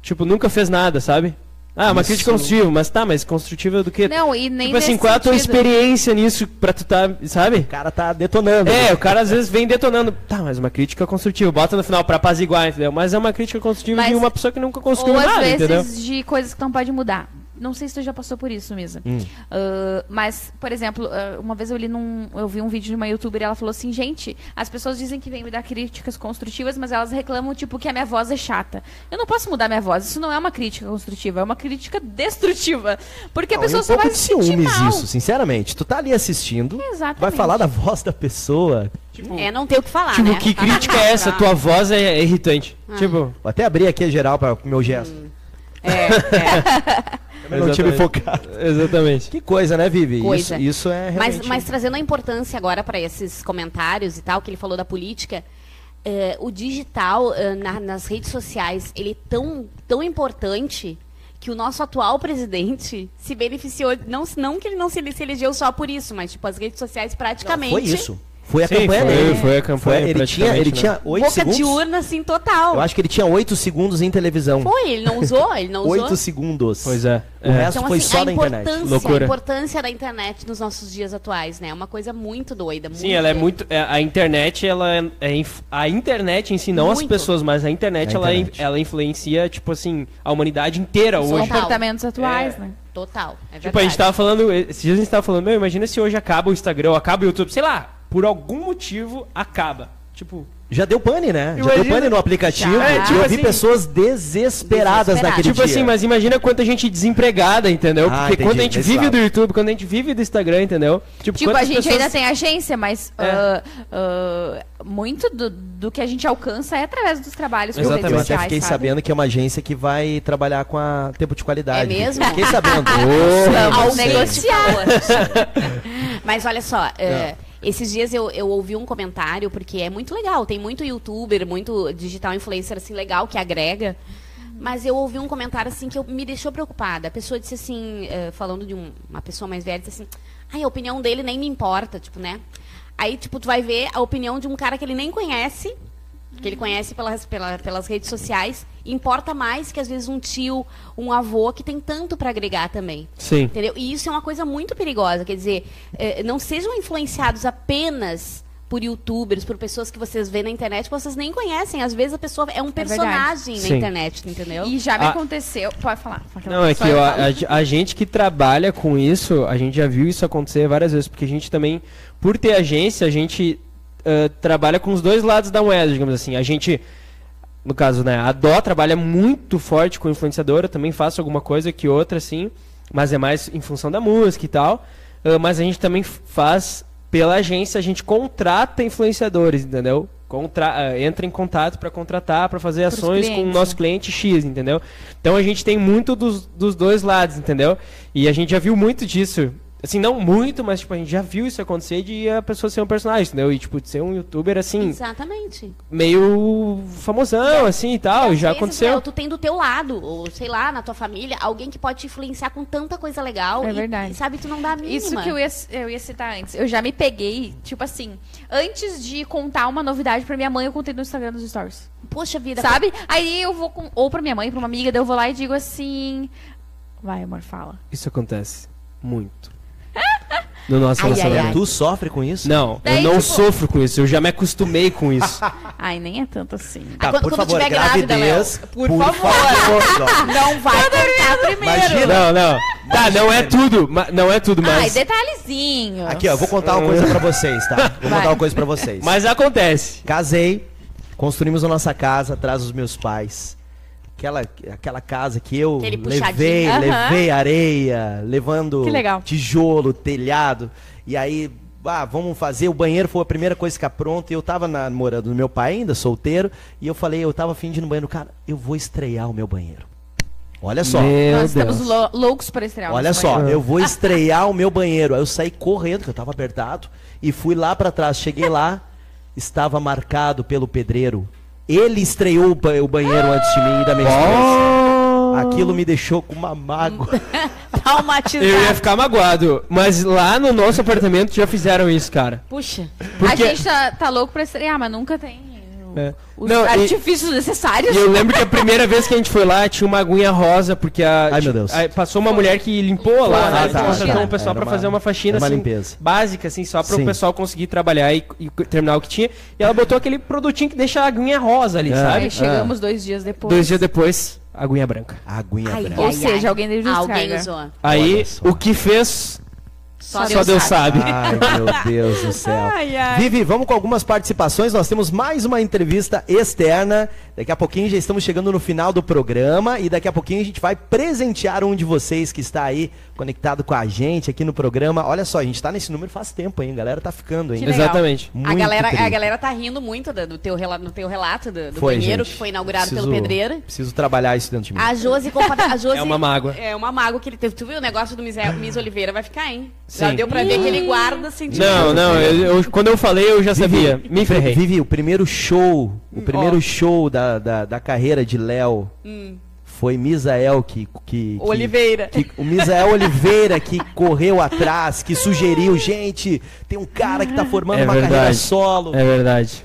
Speaker 5: Tipo, nunca fez nada, sabe? Ah, uma crítica construtiva, mas tá, mas construtiva do quê?
Speaker 2: Não, e nem
Speaker 5: tipo assim,
Speaker 2: nesse
Speaker 5: qual é a tua
Speaker 2: sentido.
Speaker 5: experiência nisso pra tu tá, sabe?
Speaker 1: O cara tá detonando.
Speaker 5: É, o cara às vezes vem detonando. Tá, mas uma crítica construtiva. Bota no final pra apaziguar, entendeu? Mas é uma crítica construtiva
Speaker 2: Mas-
Speaker 5: de uma pessoa que nunca construiu
Speaker 2: Ou às
Speaker 5: nada,
Speaker 2: vezes
Speaker 5: entendeu?
Speaker 2: de coisas que não pode mudar. Não sei se tu já passou por isso, Misa.
Speaker 1: Hum.
Speaker 2: Ah, mas, por exemplo, ah, uma vez eu, li num, eu vi um vídeo de uma youtuber e ela falou assim, gente, as pessoas dizem que vêm me dar críticas construtivas, mas elas reclamam, tipo, que a minha voz é chata. Eu não posso mudar minha voz, isso não é uma crítica construtiva, é uma crítica <laughs> destrutiva. Porque
Speaker 1: Não,
Speaker 2: a pessoa
Speaker 1: e um
Speaker 2: só
Speaker 1: pouco
Speaker 2: vai
Speaker 1: de
Speaker 2: se sentir
Speaker 1: ciúmes
Speaker 2: mal.
Speaker 1: isso, sinceramente. Tu tá ali assistindo,
Speaker 2: Exatamente.
Speaker 1: vai falar da voz da pessoa.
Speaker 4: É, não tem o que falar,
Speaker 5: <laughs> Tipo,
Speaker 4: né?
Speaker 5: que
Speaker 4: Tá
Speaker 5: crítica
Speaker 4: na
Speaker 5: é essa?
Speaker 4: pra-
Speaker 5: Tua voz é irritante. Tipo,
Speaker 1: Vou até abrir aqui geral para meu gesto.
Speaker 4: É,
Speaker 1: Eu não tive
Speaker 5: Exatamente.
Speaker 1: focado.
Speaker 5: exatamente.
Speaker 1: Que coisa, né, Vivi?
Speaker 4: Coisa.
Speaker 1: Isso, isso é realmente...
Speaker 4: Mas, mas trazendo a importância agora para esses comentários e tal, que ele falou da política, eh, o digital eh, na- nas redes sociais, ele é tão, tão importante que o nosso atual presidente <laughs> se beneficiou, não, não que ele não se, ele se elegeu só por isso, mas tipo, as redes sociais praticamente...
Speaker 1: Foi isso. Foi a
Speaker 5: Sim,
Speaker 1: campanha
Speaker 5: foi-
Speaker 1: dele.
Speaker 5: foi a campanha,
Speaker 1: ele tinha, ele
Speaker 5: praticamente, né?
Speaker 1: tinha 8
Speaker 4: Boca
Speaker 1: segundos.
Speaker 4: de urna, assim, total.
Speaker 1: Eu acho que ele tinha 8 segundos em televisão.
Speaker 4: Foi, ele não usou, ele não usou.
Speaker 1: 8 segundos.
Speaker 5: Pois é.
Speaker 1: O
Speaker 5: É.
Speaker 1: resto
Speaker 4: Então,
Speaker 1: foi
Speaker 4: assim,
Speaker 1: só
Speaker 4: a,
Speaker 1: na internet.
Speaker 4: importância,
Speaker 5: Loucura.
Speaker 4: a importância da internet nos nossos dias atuais, né? É uma coisa muito doida.
Speaker 5: Sim, ela é
Speaker 4: doida.
Speaker 5: muito. é, A internet, ela é- é. inf- A internet em si, não as
Speaker 4: Muito.
Speaker 5: pessoas, mas a
Speaker 1: A
Speaker 5: internet, ela, in-
Speaker 1: internet.
Speaker 5: ela influencia, tipo assim, a humanidade inteira
Speaker 4: Sim.
Speaker 5: hoje.
Speaker 4: Total.
Speaker 2: Comportamentos atuais, né?
Speaker 4: Total, é
Speaker 5: Tipo, a gente
Speaker 4: verdade.
Speaker 5: tava falando, esses dias a gente tava falando, meu, imagina se hoje acaba o Instagram, acaba o YouTube, sei lá, por algum motivo acaba. Tipo,
Speaker 1: Já deu pane, né? Já deu
Speaker 5: Imagina-
Speaker 1: pane no aplicativo.
Speaker 5: Já. É, tipo
Speaker 1: eu vi
Speaker 5: assim-
Speaker 1: pessoas desesperadas
Speaker 4: Desesperadas.
Speaker 1: naquele
Speaker 5: tipo
Speaker 1: dia.
Speaker 5: assim, mas imagina quanta gente desempregada, entendeu?
Speaker 1: Ah,
Speaker 5: Porque
Speaker 1: entendi,
Speaker 5: quando a gente
Speaker 1: desse
Speaker 5: vive
Speaker 1: lado.
Speaker 5: do YouTube, quando a gente vive do Instagram, entendeu?
Speaker 2: Tipo, a
Speaker 5: quantas
Speaker 2: gente
Speaker 5: pessoas-
Speaker 2: ainda tem agência, mas
Speaker 1: É.
Speaker 2: ah, ah, muito do, do que a gente alcança é através dos trabalhos por
Speaker 1: Eu,
Speaker 2: redes
Speaker 1: eu até
Speaker 2: sociais,
Speaker 1: fiquei
Speaker 2: sabe?
Speaker 1: sabendo que é uma agência que vai trabalhar com a tempo de qualidade.
Speaker 4: É mesmo?
Speaker 1: Fiquei
Speaker 4: <laughs>
Speaker 1: sabendo.
Speaker 2: Vamos tá
Speaker 1: sei.
Speaker 2: negociar.
Speaker 4: Mas olha só, é, esses dias eu, eu ouvi um comentário, porque é muito legal, tem muito youtuber, muito digital influencer assim legal que agrega. Mas eu ouvi um comentário assim que eu, me deixou preocupada. A pessoa disse assim, é, falando de um- uma pessoa mais velha, disse assim, ai, a opinião dele nem me importa, tipo, né? Aí, tipo, tu vai ver a opinião de um cara que ele nem conhece, que ele conhece pelas, pela- pelas redes sociais, importa mais que às vezes um tio, um avô que tem tanto para agregar também.
Speaker 5: Sim.
Speaker 4: Entendeu? E isso é uma coisa muito perigosa. Quer dizer, eh, não sejam influenciados apenas por youtubers, por pessoas que vocês vê na internet que vocês nem conhecem. Às vezes a pessoa é um
Speaker 2: verdade.
Speaker 4: personagem na
Speaker 5: Sim.
Speaker 4: internet, entendeu?
Speaker 2: E já me
Speaker 5: Ah.
Speaker 2: aconteceu. Pode falar. Pode
Speaker 5: Não, é que
Speaker 2: falar.
Speaker 5: ó, a, a gente que trabalha com isso, a gente já viu isso acontecer várias vezes, porque a gente também, por ter agência, a gente ah, trabalha com os dois lados da moeda, digamos assim. A gente, no caso, né, a Dó trabalha muito forte com influenciadora, eu também faço alguma coisa que outra, assim, mas é mais em função da música e tal. Ah, mas a gente também f- faz pela agência, a gente contrata influenciadores, entendeu? Contra, ah, entra em contato para contratar, para fazer
Speaker 2: Pros
Speaker 5: ações com o
Speaker 2: clientes,
Speaker 5: nosso nosso cliente X, entendeu? Então a gente tem muito dos, dos dois lados, entendeu? E a gente já viu muito disso. Assim, não muito, mas tipo, a gente já viu isso acontecer de a pessoa ser um personagem, entendeu? E tipo, de ser um youtuber
Speaker 4: Hum.
Speaker 5: assim,
Speaker 4: Exatamente.
Speaker 5: meio famosão, assim e
Speaker 4: Às
Speaker 5: tal. já
Speaker 4: vezes, Léo,
Speaker 5: aconteceu.
Speaker 4: tu tem do teu lado, ou sei lá, na tua família, alguém que pode te influenciar com tanta coisa legal.
Speaker 2: É
Speaker 4: e-
Speaker 2: verdade.
Speaker 4: E, sabe, tu não dá a mínima.
Speaker 2: Isso que eu ia, eu ia citar antes. Eu já me peguei, tipo assim, antes de contar uma novidade pra minha mãe, eu contei no Instagram nos stories.
Speaker 4: Poxa vida,
Speaker 2: Sabe? Aí eu vou com, ou pra minha mãe, pra uma amiga, daí eu vou lá e digo assim. Vai, amor, fala.
Speaker 5: Isso acontece muito. No nosso
Speaker 4: Ai, ai,
Speaker 5: relacionamento.
Speaker 1: Tu sofre com isso?
Speaker 5: Não,
Speaker 2: Daí,
Speaker 5: eu não
Speaker 2: tipo-
Speaker 5: sofro com isso, eu já me acostumei com isso.
Speaker 2: Ai, nem é tanto assim.
Speaker 1: Tá,
Speaker 4: quando-
Speaker 1: por
Speaker 4: quando
Speaker 1: favor,
Speaker 4: tiver grávida,
Speaker 1: gravidez. por,
Speaker 4: Léo,
Speaker 1: favor. Dó.
Speaker 4: não vai contar primeiro.
Speaker 1: Imagina.
Speaker 5: Não, não. Tá, não é tudo, ma- não é tudo,
Speaker 2: Ai,
Speaker 5: mas.
Speaker 2: detalhezinho.
Speaker 1: Aqui, ó, eu vou contar uma coisa pra vocês, tá? Vou
Speaker 2: Vai.
Speaker 1: contar uma coisa pra vocês.
Speaker 5: Mas acontece.
Speaker 1: Casei, construímos a nossa casa atrás dos meus pais. Aquela, aquela casa que eu
Speaker 4: Aquele puxadinho.
Speaker 1: levei,
Speaker 2: Aham.
Speaker 1: levei areia, levando
Speaker 2: Que legal.
Speaker 1: tijolo, telhado. E aí, ah, vamos fazer. O banheiro foi a primeira coisa que ficar pronta. E eu tava na- morando no meu pai ainda, solteiro. E eu falei, eu tava afim de ir no banheiro. Cara, eu vou estrear o meu banheiro. Olha só.
Speaker 5: Meu
Speaker 2: Nós estamos
Speaker 5: Deus.
Speaker 2: lou- loucos pra estrear. o
Speaker 1: Olha
Speaker 2: nosso
Speaker 1: só,
Speaker 2: banheiro.
Speaker 1: eu vou estrear o meu banheiro. Aí eu saí correndo, que eu tava apertado, e fui lá pra trás. Cheguei lá, estava marcado pelo pedreiro. Ele estreou o, ba- o banheiro antes de mim e da minha esposa. Aquilo me deixou com uma mágoa.
Speaker 4: Traumatizado.
Speaker 5: Eu ia ficar magoado, mas lá no nosso apartamento já fizeram isso, cara.
Speaker 4: Puxa.
Speaker 2: A
Speaker 5: Porque
Speaker 2: gente tá, tá louco pra estrear, mas nunca tem o-
Speaker 5: É.
Speaker 2: os
Speaker 5: Não, e-
Speaker 2: artifícios necessários.
Speaker 5: e eu lembro que a primeira vez que a gente foi lá tinha uma aguinha rosa, porque a.
Speaker 1: Ai, meu Deus.
Speaker 5: a- passou uma mulher que limpou lá,
Speaker 1: Ah,
Speaker 5: né?
Speaker 1: tá,
Speaker 5: A gente
Speaker 1: tá.
Speaker 5: contratou um pessoal
Speaker 1: Era
Speaker 5: pra
Speaker 1: uma-
Speaker 5: fazer uma faxina
Speaker 1: era uma
Speaker 5: assim,
Speaker 1: limpeza.
Speaker 5: básica, assim, só para
Speaker 1: Sim.
Speaker 5: o pessoal conseguir trabalhar e, e terminar o que tinha. E ela botou aquele produtinho que deixa a aguinha
Speaker 1: É.
Speaker 5: rosa ali,
Speaker 2: Aí
Speaker 5: sabe? Ah.
Speaker 2: chegamos dois dias depois.
Speaker 5: Dois dias depois, a aguinha branca.
Speaker 1: Aguinha
Speaker 4: Ai,
Speaker 1: branca.
Speaker 2: Ou
Speaker 4: ai,
Speaker 2: seja,
Speaker 4: ai.
Speaker 2: alguém deu de
Speaker 4: Alguém
Speaker 2: descarga.
Speaker 4: usou.
Speaker 5: Aí,
Speaker 1: só.
Speaker 5: o que fez, só, Deus, sabe. Ah,
Speaker 1: Ai, meu Deus do céu. Vivi, vamos com algumas participações. Nós temos mais uma entrevista externa. Daqui a pouquinho já estamos chegando no final do programa e daqui a pouquinho a gente vai presentear um de vocês que está aí conectado com a gente aqui no programa. Olha só, a gente está nesse número faz tempo, hein? A galera tá ficando, hein?
Speaker 2: Que legal.
Speaker 5: Exatamente.
Speaker 1: Muito
Speaker 4: a, galera,
Speaker 1: tri.
Speaker 4: a galera tá rindo muito do, do teu, rela- no teu relato do, do
Speaker 1: Foi,
Speaker 4: banheiro
Speaker 1: gente.
Speaker 4: que foi inaugurado pelo
Speaker 1: Preciso-
Speaker 4: pedreiro.
Speaker 1: Preciso trabalhar isso dentro de mim.
Speaker 4: A Josi, compada- a Josi
Speaker 5: É uma mágoa.
Speaker 4: É uma mágoa que ele teve. Tu viu o negócio do Miss, Miss Oliveira? Vai ficar, hein? Já
Speaker 5: Sim.
Speaker 4: deu pra ver que ele guarda assim. de-
Speaker 5: Não, não, eu- eu- quando eu falei eu já sabia. Me ferrei.
Speaker 1: Vivi, o primeiro show,
Speaker 4: Hum,
Speaker 1: o primeiro show da, da, da carreira de Léo foi Misael que, que, que-
Speaker 4: Hum. Oliveira.
Speaker 1: que- o Misael Oliveira que correu atrás, que sugeriu, gente, tem um cara
Speaker 2: Ah.
Speaker 1: que tá formando
Speaker 5: É
Speaker 1: uma
Speaker 5: verdade.
Speaker 1: carreira solo.
Speaker 5: É verdade.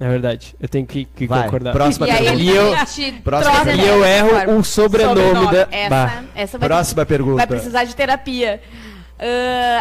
Speaker 5: É verdade. Eu tenho que, que
Speaker 1: Vai,
Speaker 5: concordar.
Speaker 1: próxima
Speaker 2: E aí
Speaker 1: pergunta.
Speaker 5: E
Speaker 2: ele
Speaker 5: eu-
Speaker 2: te
Speaker 1: Próxima
Speaker 2: troca
Speaker 1: pergunta.
Speaker 5: E eu
Speaker 2: de
Speaker 5: erro
Speaker 2: forma.
Speaker 5: o sobrenome,
Speaker 4: Sobrenome.
Speaker 5: da. Bah.
Speaker 4: Essa, essa vai,
Speaker 1: Próxima pergunta.
Speaker 4: vai precisar de terapia.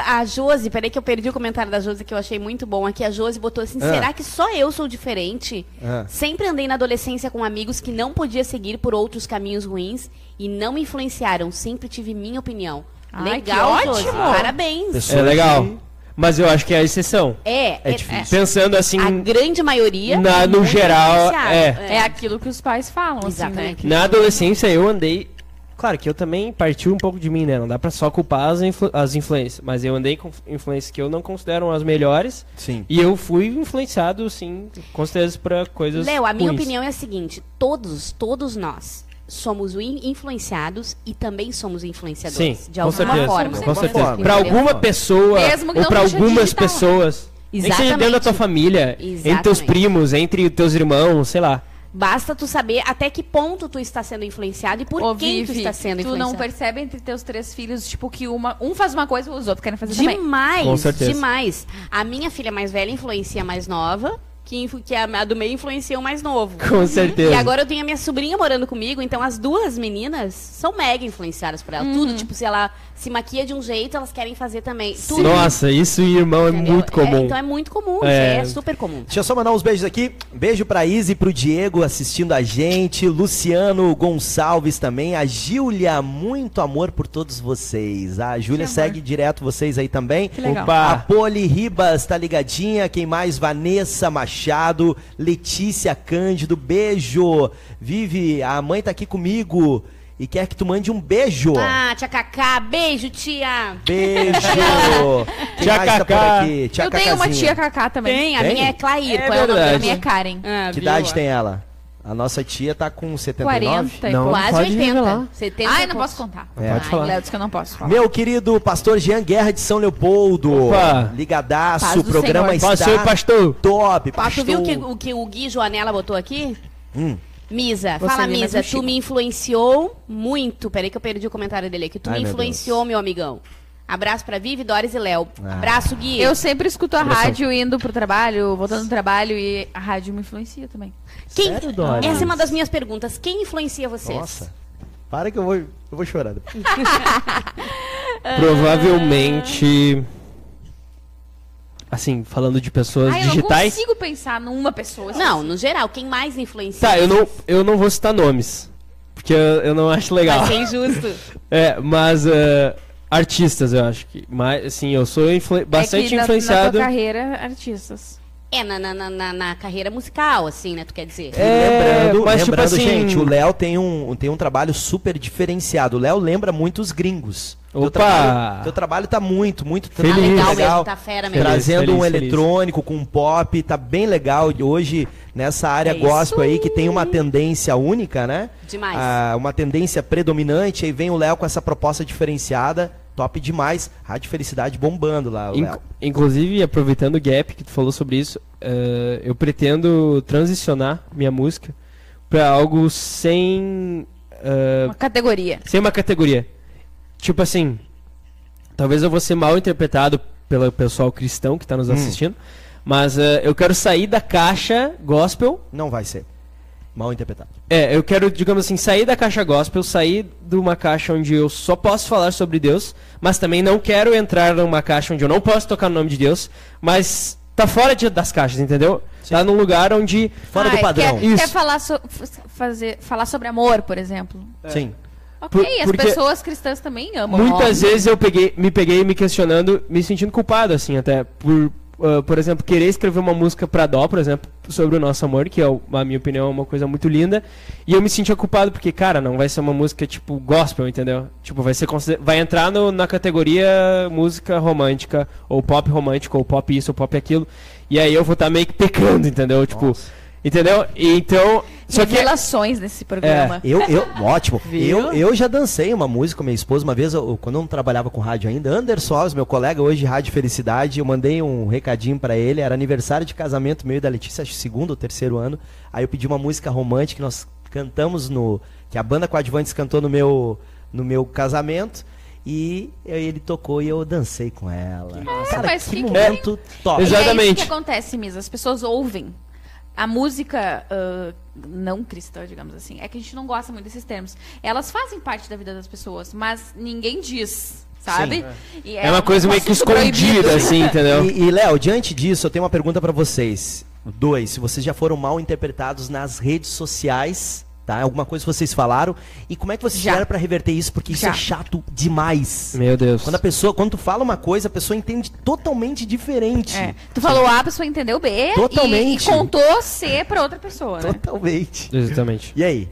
Speaker 4: Ah, a Josi, peraí que eu perdi o comentário da Josi que eu achei muito bom aqui. A Josi botou assim:
Speaker 1: Ah.
Speaker 4: será que só eu sou diferente?
Speaker 1: Ah.
Speaker 4: Sempre andei na adolescência com amigos que não podia seguir por outros caminhos ruins e não me influenciaram. Sempre tive minha opinião.
Speaker 2: Ai,
Speaker 4: Legal,
Speaker 2: que
Speaker 4: Josi.
Speaker 2: ótimo.
Speaker 4: Parabéns.
Speaker 1: Pessoa
Speaker 5: É legal.
Speaker 1: que-
Speaker 5: Mas eu acho que é a exceção.
Speaker 4: É,
Speaker 1: É difícil.
Speaker 5: Pensando assim.
Speaker 4: a grande maioria.
Speaker 5: Na-
Speaker 4: é
Speaker 5: no
Speaker 4: muito
Speaker 5: geral,
Speaker 4: influenciado.
Speaker 5: é.
Speaker 2: É aquilo que os pais falam,
Speaker 4: Exatamente.
Speaker 2: assim, né?
Speaker 5: Na adolescência eu andei. Claro que eu também partiu um pouco de mim, né? Não dá pra só culpar as, influ- as influências. Mas eu andei com influências que eu não considero as melhores.
Speaker 1: Sim.
Speaker 5: E eu fui influenciado, sim, com certeza, pra coisas.
Speaker 4: Léo, a minha
Speaker 5: ruins.
Speaker 4: opinião é a seguinte: todos, todos nós somos in- influenciados e também somos influenciadores.
Speaker 5: Sim,
Speaker 4: de
Speaker 5: com
Speaker 4: alguma
Speaker 5: certeza.
Speaker 4: forma.
Speaker 5: Com certeza.
Speaker 1: forma.
Speaker 5: Pra alguma
Speaker 1: Forma.
Speaker 5: pessoa,
Speaker 2: Mesmo que
Speaker 5: ou
Speaker 2: não
Speaker 5: pra
Speaker 2: seja
Speaker 5: algumas
Speaker 2: digital.
Speaker 5: pessoas. Nem que seja dentro da
Speaker 4: Exatamente.
Speaker 5: tua família, entre teus
Speaker 4: Exatamente.
Speaker 5: primos, entre teus irmãos, sei lá.
Speaker 4: Basta tu saber até que ponto tu está sendo influenciado e por
Speaker 2: Ô,
Speaker 4: quem tu
Speaker 2: Vivi,
Speaker 4: está sendo
Speaker 2: tu não
Speaker 4: influenciado.
Speaker 2: percebe entre teus três filhos, tipo, que uma, um faz uma coisa e os outros querem fazer também.
Speaker 4: Demais,
Speaker 5: Com certeza.
Speaker 4: demais. A minha filha mais velha influencia a mais nova que, influ- que a, a do meio influencia o mais novo.
Speaker 5: Com certeza.
Speaker 4: Uhum. E agora eu tenho a minha sobrinha morando comigo, então as duas meninas são mega influenciadas por ela. Tudo, tipo, se ela se maquia de um jeito, elas querem fazer também. Tudo.
Speaker 5: Nossa, isso em irmão é
Speaker 4: entendeu?
Speaker 5: muito comum.
Speaker 4: então é muito comum, isso
Speaker 5: É.
Speaker 4: é, super comum.
Speaker 1: Deixa eu só mandar uns beijos aqui. Beijo pra Izzy e pro Diego assistindo a gente. Luciano Gonçalves também. A Júlia, muito amor por todos vocês. A Júlia
Speaker 2: amor.
Speaker 1: segue direto vocês aí também.
Speaker 2: Que legal.
Speaker 1: A Poli Ribas tá ligadinha. Quem mais? Vanessa Machado, Letícia Cândido. Beijo. Vive, a mãe tá aqui comigo e quer que tu mande um beijo.
Speaker 4: Ah, tia Cacá, beijo, tia.
Speaker 5: <laughs>
Speaker 1: Beijo. Quem
Speaker 5: Tia
Speaker 1: mais tá por
Speaker 5: Cacá.
Speaker 1: aqui? Tia
Speaker 2: eu tenho uma
Speaker 1: Cacazinha.
Speaker 2: tia Cacá também.
Speaker 4: Tem, a
Speaker 1: Tem?
Speaker 4: minha é Clair,
Speaker 5: É
Speaker 4: qual é o nome
Speaker 5: verdade.
Speaker 2: A
Speaker 4: da
Speaker 2: minha é
Speaker 4: minha?
Speaker 2: Karen.
Speaker 4: Ah,
Speaker 1: Que
Speaker 4: viu?
Speaker 1: idade tem ela? A nossa tia tá com 79.
Speaker 2: 40 e
Speaker 5: Não.
Speaker 2: pouco.
Speaker 4: Quase
Speaker 5: Pode
Speaker 4: 80.
Speaker 5: revelar.
Speaker 4: 70
Speaker 2: Ai, não
Speaker 4: e
Speaker 2: posso
Speaker 4: poucos.
Speaker 2: contar.
Speaker 1: É.
Speaker 5: Pode falar.
Speaker 2: Léo disse que eu não posso falar.
Speaker 1: Meu querido pastor Jean Guerra de São Leopoldo.
Speaker 5: Opa.
Speaker 1: Ligadaço,
Speaker 2: Paz do
Speaker 1: o programa
Speaker 2: Senhor.
Speaker 1: está
Speaker 5: Pastor, pastor.
Speaker 1: top.
Speaker 4: Tu
Speaker 1: Pastor.
Speaker 4: viu o
Speaker 2: é
Speaker 4: que, o que o Gui Joanela botou aqui?
Speaker 1: Hum.
Speaker 4: Misa,
Speaker 2: Você
Speaker 4: fala
Speaker 2: ali, mas
Speaker 4: Misa,
Speaker 2: eu
Speaker 4: tu
Speaker 2: chego.
Speaker 4: me influenciou muito. Peraí que eu perdi o comentário dele aqui. Tu
Speaker 1: Ai,
Speaker 4: me
Speaker 1: meu
Speaker 4: influenciou, meu, amigão. Abraço pra Vivi, Doris e Léo.
Speaker 1: Ah.
Speaker 4: Abraço, Gui.
Speaker 2: Eu sempre escuto a rádio indo pro trabalho, voltando do trabalho, e a rádio me influencia também.
Speaker 4: Quem...
Speaker 1: Sério, Doris?
Speaker 4: Essa é uma das minhas perguntas. Quem influencia vocês?
Speaker 1: Nossa. Para que eu vou, eu vou chorar. depois.
Speaker 5: Provavelmente. Assim, falando de pessoas
Speaker 2: Ai, eu
Speaker 5: digitais.
Speaker 2: não consigo pensar numa pessoa. assim.
Speaker 4: Não, no geral, quem mais influencia?
Speaker 5: Tá, eu não, eu não vou citar nomes. Porque eu, eu não acho legal.
Speaker 4: Vai ser injusto.
Speaker 5: É, mas. eh, artistas, eu acho que. Mas, assim, eu sou influ-
Speaker 2: é
Speaker 5: bastante
Speaker 2: que na- Na,
Speaker 5: influenciado.
Speaker 2: tua carreira, artistas.
Speaker 4: é, na, na, na- na, na carreira musical, assim, né? Tu quer dizer?
Speaker 5: É,
Speaker 1: lembrando,
Speaker 5: mas, tipo
Speaker 1: lembrando
Speaker 5: assim-
Speaker 1: gente, o Léo tem um, tem um trabalho super diferenciado. O Léo lembra muito os gringos. Teu
Speaker 5: Opa!
Speaker 1: trabalho, teu trabalho tá muito, muito
Speaker 5: Feliz.
Speaker 4: tá legal,
Speaker 1: é legal.
Speaker 4: mesmo, tá fera mesmo.
Speaker 5: Feliz.
Speaker 1: Trazendo um
Speaker 5: feliz.
Speaker 1: eletrônico com um pop, tá bem legal E hoje nessa área
Speaker 4: É
Speaker 1: gospel aí que tem uma tendência única, né?
Speaker 4: Demais.
Speaker 1: Ah, uma tendência predominante, aí vem o Léo com essa proposta diferenciada, top demais. Rádio Felicidade bombando lá, o
Speaker 5: Inc-
Speaker 1: Léo.
Speaker 5: inclusive, aproveitando o gap que tu falou sobre isso, eh, eu pretendo transicionar minha música pra algo sem. eh,
Speaker 2: Uma categoria.
Speaker 5: sem uma categoria. Tipo assim, talvez eu vou ser mal interpretado pelo pessoal cristão que tá nos assistindo, mas eh, eu quero sair da caixa gospel.
Speaker 1: Não vai ser. Mal interpretado.
Speaker 5: É, eu quero, digamos assim, sair da caixa gospel, sair de uma caixa onde eu só posso falar sobre Deus, mas também não quero entrar numa caixa onde eu não posso tocar no nome de Deus, mas tá fora de- das caixas, entendeu? Tá num lugar onde.
Speaker 1: Fora
Speaker 4: Ah, é
Speaker 2: Ai,
Speaker 1: do padrão.
Speaker 2: Ah, é, Quer, quer
Speaker 5: Isso.
Speaker 2: falar, so- f- fazer, falar sobre amor, por exemplo.
Speaker 1: Sim.
Speaker 2: Ok,
Speaker 5: Por-
Speaker 2: as
Speaker 5: porque-
Speaker 2: pessoas cristãs também amam.
Speaker 5: Muitas
Speaker 2: óbvio.
Speaker 5: vezes eu peguei, me peguei me questionando, me sentindo culpado, assim, até por, ah, por exemplo, querer escrever uma música pra Dó, por exemplo, sobre o nosso amor, que é, o- na minha opinião, é uma coisa muito linda. E eu me sentia culpado porque, cara, não vai ser uma música tipo gospel, entendeu? Tipo, vai ser consider- vai entrar no- na categoria música romântica, ou pop romântico, ou pop isso, ou pop aquilo. E aí eu vou estar meio que pecando, entendeu? Tipo, entendeu? E então, só que É,
Speaker 2: Revelações nesse programa.
Speaker 1: Eu, eu, ótimo. Eu, eu já dancei uma música com minha esposa uma vez, eu- quando eu não trabalhava com rádio ainda. Anderson Alves, meu colega hoje de Rádio Felicidade, eu mandei um recadinho pra ele. Era aniversário de casamento meu e da Letícia, acho que segundo ou terceiro ano. Aí eu pedi uma música romântica que nós cantamos no. que a banda Coadjuvantes cantou no meu, no meu casamento. E ele tocou e eu dancei com ela. Cara,
Speaker 2: mas
Speaker 1: que,
Speaker 2: que-
Speaker 1: momento top.
Speaker 5: Eu
Speaker 2: E
Speaker 5: já-
Speaker 2: é isso
Speaker 5: Exatamente.
Speaker 2: que acontece, Misa. As pessoas ouvem a música ah, não cristã, digamos assim. É que a gente não gosta muito desses termos. Elas fazem parte da vida das pessoas, mas ninguém diz, sabe? E
Speaker 5: é uma
Speaker 2: um
Speaker 5: coisa meio que
Speaker 2: assunto
Speaker 5: escondida,
Speaker 2: proibido.
Speaker 5: assim, entendeu?
Speaker 1: E, e, Léo, diante disso, eu tenho uma pergunta pra vocês. Dois, se vocês já foram mal interpretados nas redes sociais, tá? Alguma coisa vocês falaram. E como é que vocês
Speaker 2: Já.
Speaker 1: fizeram pra reverter isso? Porque isso
Speaker 2: Já.
Speaker 1: é chato demais.
Speaker 5: Meu Deus.
Speaker 1: Quando a pessoa, quando tu fala uma coisa, a pessoa entende totalmente diferente.
Speaker 2: É. Tu falou A, a pessoa entendeu B. e-
Speaker 1: Totalmente.
Speaker 2: E, contou C pra outra pessoa, né?
Speaker 1: Totalmente.
Speaker 5: Exatamente.
Speaker 1: E aí?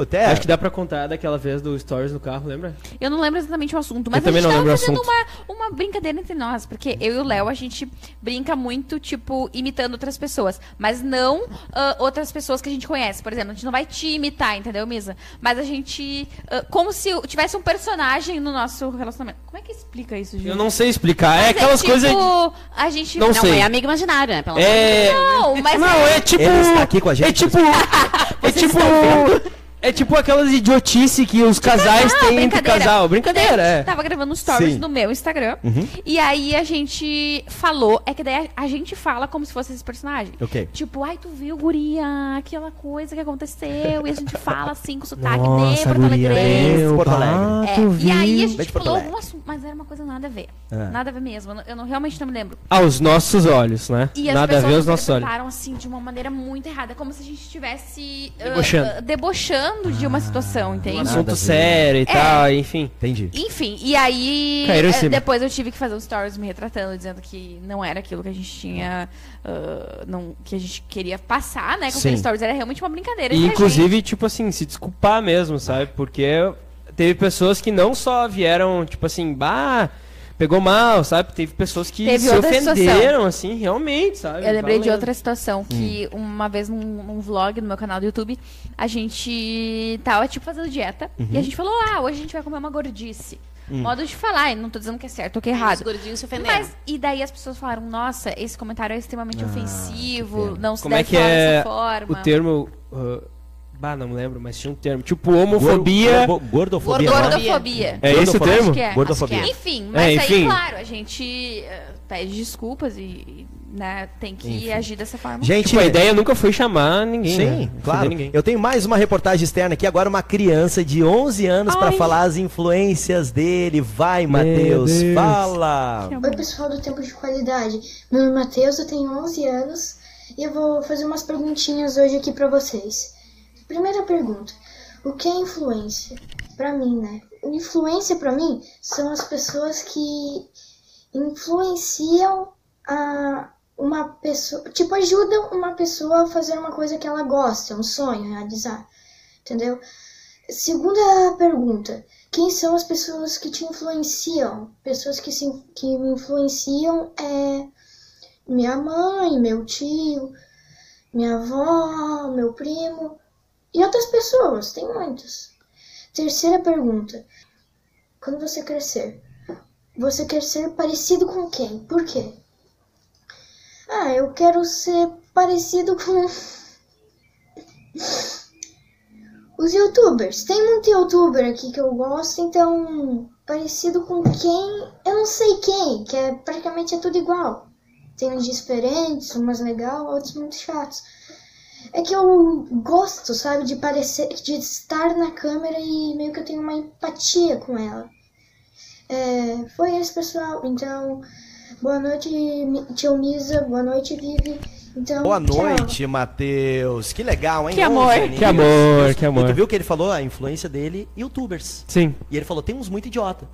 Speaker 1: Até
Speaker 5: Acho que dá pra contar daquela vez do Stories no carro, lembra?
Speaker 2: Eu não lembro exatamente o assunto, mas a
Speaker 5: Eu também
Speaker 2: gente
Speaker 5: não
Speaker 2: tava
Speaker 5: lembro o
Speaker 2: fazendo uma, uma brincadeira entre nós, porque eu e o Léo, a gente brinca muito, tipo, imitando outras pessoas, mas não ah, outras pessoas que a gente conhece. Por exemplo, a gente não vai te imitar, entendeu, Misa? Mas a gente. ah, como se eu tivesse um personagem no nosso relacionamento. Como é que explica isso, gente?
Speaker 5: Eu não sei explicar. é
Speaker 2: Mas
Speaker 5: aquelas
Speaker 2: tipo,
Speaker 5: coisas.
Speaker 2: A gente.
Speaker 5: Não
Speaker 4: Não,
Speaker 5: sei.
Speaker 4: é amiga imaginária, né? Pelo amor de
Speaker 5: É.
Speaker 2: Não, mas.
Speaker 1: tá-
Speaker 5: Não, é
Speaker 2: <laughs>
Speaker 5: tipo.
Speaker 1: Ele está aqui com a gente.
Speaker 5: É tipo. é tipo. É tipo aquelas idiotice que os casais
Speaker 2: Tipo, Não,
Speaker 5: têm entre
Speaker 2: Ah, brincadeira.
Speaker 5: casal.
Speaker 2: Daí
Speaker 5: Brincadeira,
Speaker 2: a gente
Speaker 5: é. Uhum.
Speaker 2: Tava gravando stories
Speaker 1: Sim.
Speaker 2: no meu Instagram. E aí a gente falou. É que daí a, a gente fala como se fosse esse personagem.
Speaker 1: Ok.
Speaker 2: Tipo, ai, tu viu, guria, aquela coisa que aconteceu. E a gente fala assim com sotaque de
Speaker 3: Nossa,
Speaker 2: Porto
Speaker 3: guria,
Speaker 2: Alegre.
Speaker 3: meu,
Speaker 1: Porto
Speaker 3: bah,
Speaker 1: Alegre.
Speaker 5: Ah,
Speaker 2: É,
Speaker 3: tu
Speaker 2: e aí a
Speaker 3: viu?
Speaker 2: gente
Speaker 1: Bem de Porto
Speaker 2: falou
Speaker 1: Alegre.
Speaker 2: algum assunto, mas era uma coisa nada a ver.
Speaker 5: Ah.
Speaker 2: Nada a ver mesmo. Eu, não- eu não- realmente não me lembro.
Speaker 5: Aos nossos olhos, né?
Speaker 2: E as
Speaker 5: Nada a ver
Speaker 2: pessoas
Speaker 5: aos nossos olhos.
Speaker 2: interpretaram assim de uma maneira muito errada, como se a gente estivesse ah,
Speaker 5: Debochando.
Speaker 2: ah, debochando de uma situação,
Speaker 5: Um
Speaker 2: entende?
Speaker 1: Nada a
Speaker 5: assunto
Speaker 1: ver.
Speaker 5: sério e
Speaker 2: É.
Speaker 5: tal, enfim.
Speaker 1: Entendi.
Speaker 2: Enfim, e aí
Speaker 5: Caíram em
Speaker 2: eh,
Speaker 5: cima.
Speaker 2: depois eu tive que fazer um stories me retratando, dizendo que não era aquilo que a gente tinha. ah, não, que a gente queria passar, né? Com
Speaker 1: Sim.
Speaker 2: aquele stories era realmente uma brincadeira.
Speaker 5: E,
Speaker 2: entre a
Speaker 5: inclusive, tipo assim, se desculpar mesmo, sabe? Porque teve pessoas que não só vieram, tipo assim, bah, pegou mal, sabe? Teve pessoas que
Speaker 2: Teve
Speaker 5: se
Speaker 2: outra
Speaker 5: ofenderam,
Speaker 2: situação.
Speaker 5: assim, realmente, sabe?
Speaker 2: Eu lembrei
Speaker 5: Fala
Speaker 2: de
Speaker 5: mesmo.
Speaker 2: outra situação que
Speaker 5: Hum.
Speaker 2: uma vez num, num vlog no meu canal do YouTube, a gente tava tipo fazendo dieta
Speaker 5: Uhum.
Speaker 2: e a gente falou: "Ah, hoje a gente vai comer uma gordice".
Speaker 5: Hum.
Speaker 2: Modo de falar, eu não tô dizendo que é certo ou que é
Speaker 4: Os
Speaker 2: errado.
Speaker 4: gordinhos se ofenderam.
Speaker 2: Mas e daí as pessoas falaram: "Nossa, esse comentário é extremamente ofensivo, não se
Speaker 5: Ah, Como é
Speaker 2: deve
Speaker 5: que
Speaker 2: falar
Speaker 5: é
Speaker 2: dessa forma".
Speaker 5: o termo. ah, bah, não me lembro, mas tinha um termo. Tipo, homofobia.
Speaker 1: Gordo- Gordofobia. não é?
Speaker 2: Gordofobia.
Speaker 5: É esse o
Speaker 1: Gordofobia.
Speaker 5: termo?
Speaker 2: Acho que é.
Speaker 1: Gordofobia.
Speaker 4: Acho
Speaker 2: Enfim, mas aí,
Speaker 5: enfim.
Speaker 2: claro, a gente eh, pede desculpas e né, tem que agir dessa forma.
Speaker 1: Gente,
Speaker 5: Tipo, a ideia nunca foi chamar ninguém. né?
Speaker 1: Sim,
Speaker 5: Ofender
Speaker 1: claro.
Speaker 5: Ninguém.
Speaker 1: Eu tenho mais uma reportagem externa aqui. Agora, uma criança de 11 anos para
Speaker 2: Ai.
Speaker 1: falar as influências dele. Vai, Matheus,
Speaker 5: Deus.
Speaker 1: fala!
Speaker 7: Oi, pessoal do Tempo de Qualidade. Meu nome é Matheus, eu tenho 11 anos e eu vou fazer umas perguntinhas hoje aqui pra vocês. Primeira pergunta: o que é influência? Pra mim, né? Influência pra mim são as pessoas que influenciam a uma pessoa, tipo ajudam uma pessoa a fazer uma coisa que ela gosta, um sonho, realizar. Entendeu? Segunda pergunta: quem são as pessoas que te influenciam? Pessoas que, se, que me influenciam é minha mãe, meu tio, minha avó, meu primo e outras pessoas, tem muitas. Terceira pergunta: quando você crescer, você quer ser parecido com quem? Por quê? Ah, eu quero ser parecido com Os youtubers. Tem muito youtuber aqui que eu gosto, então. Parecido com quem. Eu não sei quem, que é praticamente é tudo igual. Tem uns diferentes, umas legal, outros muito chatos. É que eu gosto, sabe, de parecer. de estar na câmera e meio que eu tenho uma empatia com ela. É, foi isso, pessoal. Então. Boa noite, Mi- tio Misa. Boa noite, Vivi. Então,
Speaker 1: Boa
Speaker 7: tchau.
Speaker 1: noite, Matheus. Que legal, hein?
Speaker 2: Que amor.
Speaker 1: 11 aninhos.
Speaker 5: Que amor,
Speaker 1: E
Speaker 5: que
Speaker 1: tu
Speaker 5: amor.
Speaker 1: viu que ele falou a influência dele, youtubers.
Speaker 5: <laughs> Sim.
Speaker 1: E ele falou, tem uns muito idiota,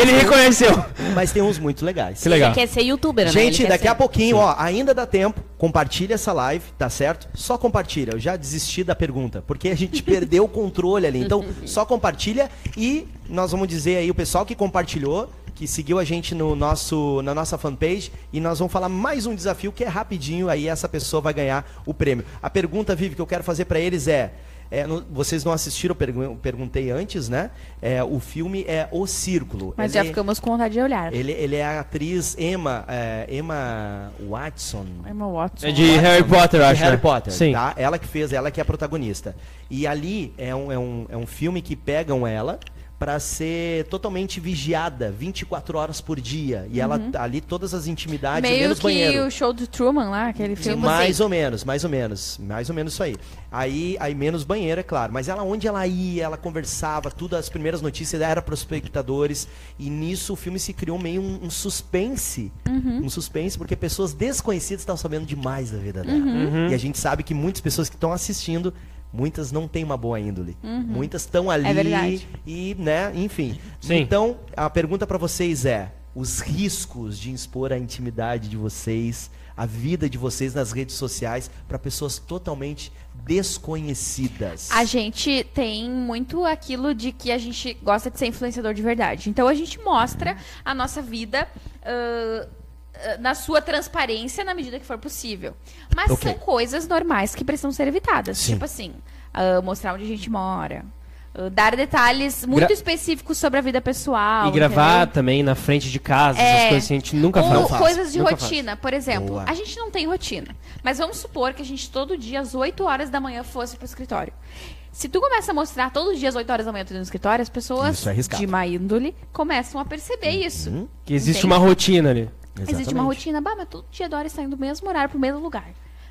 Speaker 5: Ele reconheceu.
Speaker 1: mas tem uns muito legais.
Speaker 5: Que legal.
Speaker 4: Ele quer ser youtuber, né? Ele
Speaker 1: Gente,
Speaker 4: quer
Speaker 1: daqui
Speaker 4: ser-
Speaker 1: a pouquinho, ó, ainda dá tempo, compartilha essa live, tá certo? Só compartilha, eu já desisti da pergunta, porque a gente perdeu o controle ali.
Speaker 4: <laughs>
Speaker 1: Então, só compartilha e nós vamos dizer aí o pessoal que compartilhou, que seguiu a gente no nosso, na nossa fanpage, e nós vamos falar mais um desafio que é rapidinho, aí essa pessoa vai ganhar o prêmio. A pergunta, Vivi, que eu quero fazer pra eles é. é, não- vocês não assistiram, eu pergun- eu perguntei antes, né? É, o filme é O Círculo.
Speaker 2: Mas já
Speaker 1: Ele-
Speaker 2: ficamos com vontade de olhar.
Speaker 1: ele, ele é a atriz Emma, é, Emma Watson.
Speaker 2: Emma Watson.
Speaker 5: É de Harry Potter,
Speaker 1: De
Speaker 5: acho.
Speaker 1: Harry
Speaker 5: né?
Speaker 1: Potter,
Speaker 5: Sim.
Speaker 1: tá? Ela que fez, ela que é a protagonista. E ali é um, é um, é um filme que pegam ela pra ser totalmente vigiada 24 horas por dia. E ela
Speaker 5: Uhum.
Speaker 1: tá ali todas as intimidades,
Speaker 2: Meio
Speaker 1: menos
Speaker 2: que
Speaker 1: banheiro.
Speaker 2: o show do Truman lá, aquele filme. assim.
Speaker 1: Mais ou menos, mais ou menos. Mais ou menos isso aí. Aí, aí menos banheiro, é claro. Mas ela onde ela ia, ela conversava, tudo, as primeiras notícias era para os espectadores. E nisso o filme se criou meio um, um suspense.
Speaker 2: Uhum.
Speaker 1: Um suspense, porque pessoas desconhecidas estavam sabendo demais da vida dela.
Speaker 2: Uhum.
Speaker 1: E a gente sabe que muitas pessoas que estão assistindo. Muitas não têm uma boa índole. Muitas estão ali
Speaker 2: É verdade.
Speaker 1: e, né, enfim.
Speaker 5: Sim.
Speaker 1: Então, a pergunta pra vocês é: os riscos de expor a intimidade de vocês, a vida de vocês nas redes sociais pra pessoas totalmente desconhecidas.
Speaker 2: A gente tem muito aquilo de que a gente gosta de ser influenciador de verdade. Então a gente mostra a nossa vida ah, ah, na sua transparência na medida que for possível. Mas
Speaker 1: Ok.
Speaker 2: são coisas normais que precisam ser evitadas.
Speaker 1: Sim.
Speaker 2: Tipo assim, ah, mostrar onde a gente mora. uh, dar detalhes muito
Speaker 5: Gra-
Speaker 2: específicos sobre a vida pessoal.
Speaker 5: e gravar
Speaker 2: entendeu?
Speaker 5: também na frente de casa,
Speaker 2: É.
Speaker 5: essas coisas que a gente nunca
Speaker 2: Ou
Speaker 5: faz.
Speaker 2: coisas de
Speaker 5: Nunca faz.
Speaker 2: rotina. Por exemplo,
Speaker 1: Boa.
Speaker 2: a gente não tem rotina. Mas vamos supor que a gente todo dia, às 8 horas da manhã, fosse pro escritório. Se tu começa a mostrar todos os dias, às 8 horas da manhã, tu no escritório, as pessoas
Speaker 1: Isso é arriscado. Uhum,
Speaker 2: de má índole começam a perceber isso.
Speaker 5: Que
Speaker 2: Entende?
Speaker 5: existe uma rotina ali.
Speaker 2: Existe uma rotina, bah, mas todo dia Dora está indo no mesmo horário pro mesmo lugar.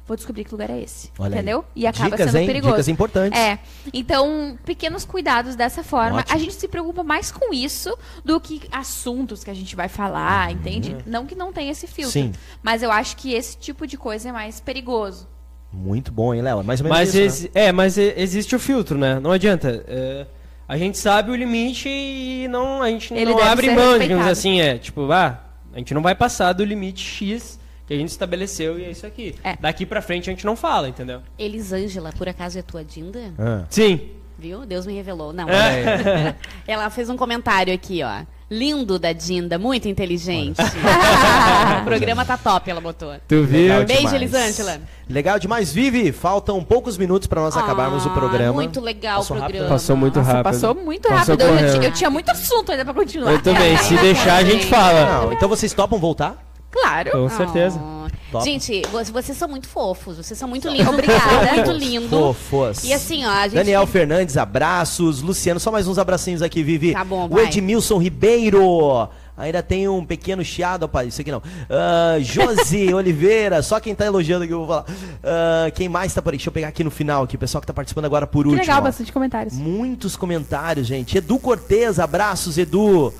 Speaker 2: Vou descobrir que lugar é esse.
Speaker 1: Olha aí.
Speaker 2: entendeu? E acaba
Speaker 1: Dicas,
Speaker 2: sendo
Speaker 1: hein?
Speaker 2: perigoso.
Speaker 1: Dicas importantes.
Speaker 2: É. Então, pequenos cuidados dessa forma.
Speaker 1: Ótimo.
Speaker 2: A gente se preocupa mais com isso do que assuntos que a gente vai
Speaker 5: Uhum.
Speaker 2: falar, entende? Não que não tenha esse filtro.
Speaker 1: Sim.
Speaker 2: Mas eu acho que esse tipo de coisa é mais perigoso.
Speaker 1: Muito bom, hein, Léo? É Mais ou menos
Speaker 5: Mas,
Speaker 1: isso, né?
Speaker 5: exi- é, mas e- existe o filtro, né? Não adianta. É, a gente sabe o limite e não, a gente
Speaker 2: Ele
Speaker 5: não
Speaker 2: deve
Speaker 5: abre
Speaker 2: ser
Speaker 5: mão,
Speaker 2: respeitado.
Speaker 5: digamos assim. É, tipo, ah, a gente não vai passar do limite X que a gente estabeleceu e é isso aqui.
Speaker 2: É.
Speaker 5: Daqui pra frente a gente não fala, entendeu?
Speaker 4: Elisângela, por acaso é tua Dinda?
Speaker 1: Ah.
Speaker 5: Sim.
Speaker 4: Viu? Deus me revelou. Não.
Speaker 5: É.
Speaker 4: Ela fez um comentário aqui, ó. Lindo da Dinda, muito inteligente. <laughs> o programa tá top, ela botou.
Speaker 5: Tu
Speaker 1: Legal
Speaker 4: Beijo,
Speaker 5: viu?
Speaker 1: demais.
Speaker 4: Elisângela.
Speaker 1: Legal demais, Vivi. Faltam poucos minutos pra nós acabarmos o
Speaker 4: Ah,
Speaker 1: programa.
Speaker 4: Muito legal
Speaker 1: Passou
Speaker 4: o
Speaker 1: rápido,
Speaker 4: programa.
Speaker 1: né?
Speaker 5: Passou muito
Speaker 2: Nossa,
Speaker 5: rápido.
Speaker 2: passou muito
Speaker 5: Passou
Speaker 2: rápido. Eu, já
Speaker 5: correndo.
Speaker 2: ti- eu tinha muito assunto ainda pra continuar.
Speaker 5: Eu também. Se deixar, a gente fala.
Speaker 1: Não, então vocês topam voltar?
Speaker 2: Claro.
Speaker 5: Com certeza.
Speaker 4: Oh.
Speaker 1: Top.
Speaker 4: Gente, vo- vocês são muito fofos, vocês são muito lindos.
Speaker 2: Obrigada.
Speaker 4: muito lindo.
Speaker 1: <laughs> Fofos.
Speaker 4: E assim, ó, a gente
Speaker 1: Daniel Fernandes, abraços. Luciano, só mais uns abracinhos aqui, Vivi.
Speaker 4: Tá bom,
Speaker 1: o
Speaker 4: vai.
Speaker 1: Edmilson Ribeiro. Ainda tem um pequeno chiado, rapaz. Isso aqui não. Ah,
Speaker 4: <laughs>
Speaker 1: Josi Oliveira, só quem tá elogiando aqui eu vou falar. Ah, quem mais tá por aí? Deixa eu pegar aqui no final aqui, o pessoal que tá participando agora por
Speaker 2: Que
Speaker 1: último.
Speaker 2: legal,
Speaker 1: ó.
Speaker 2: bastante comentários.
Speaker 1: Muitos comentários, gente. Edu Cortez, abraços, Edu.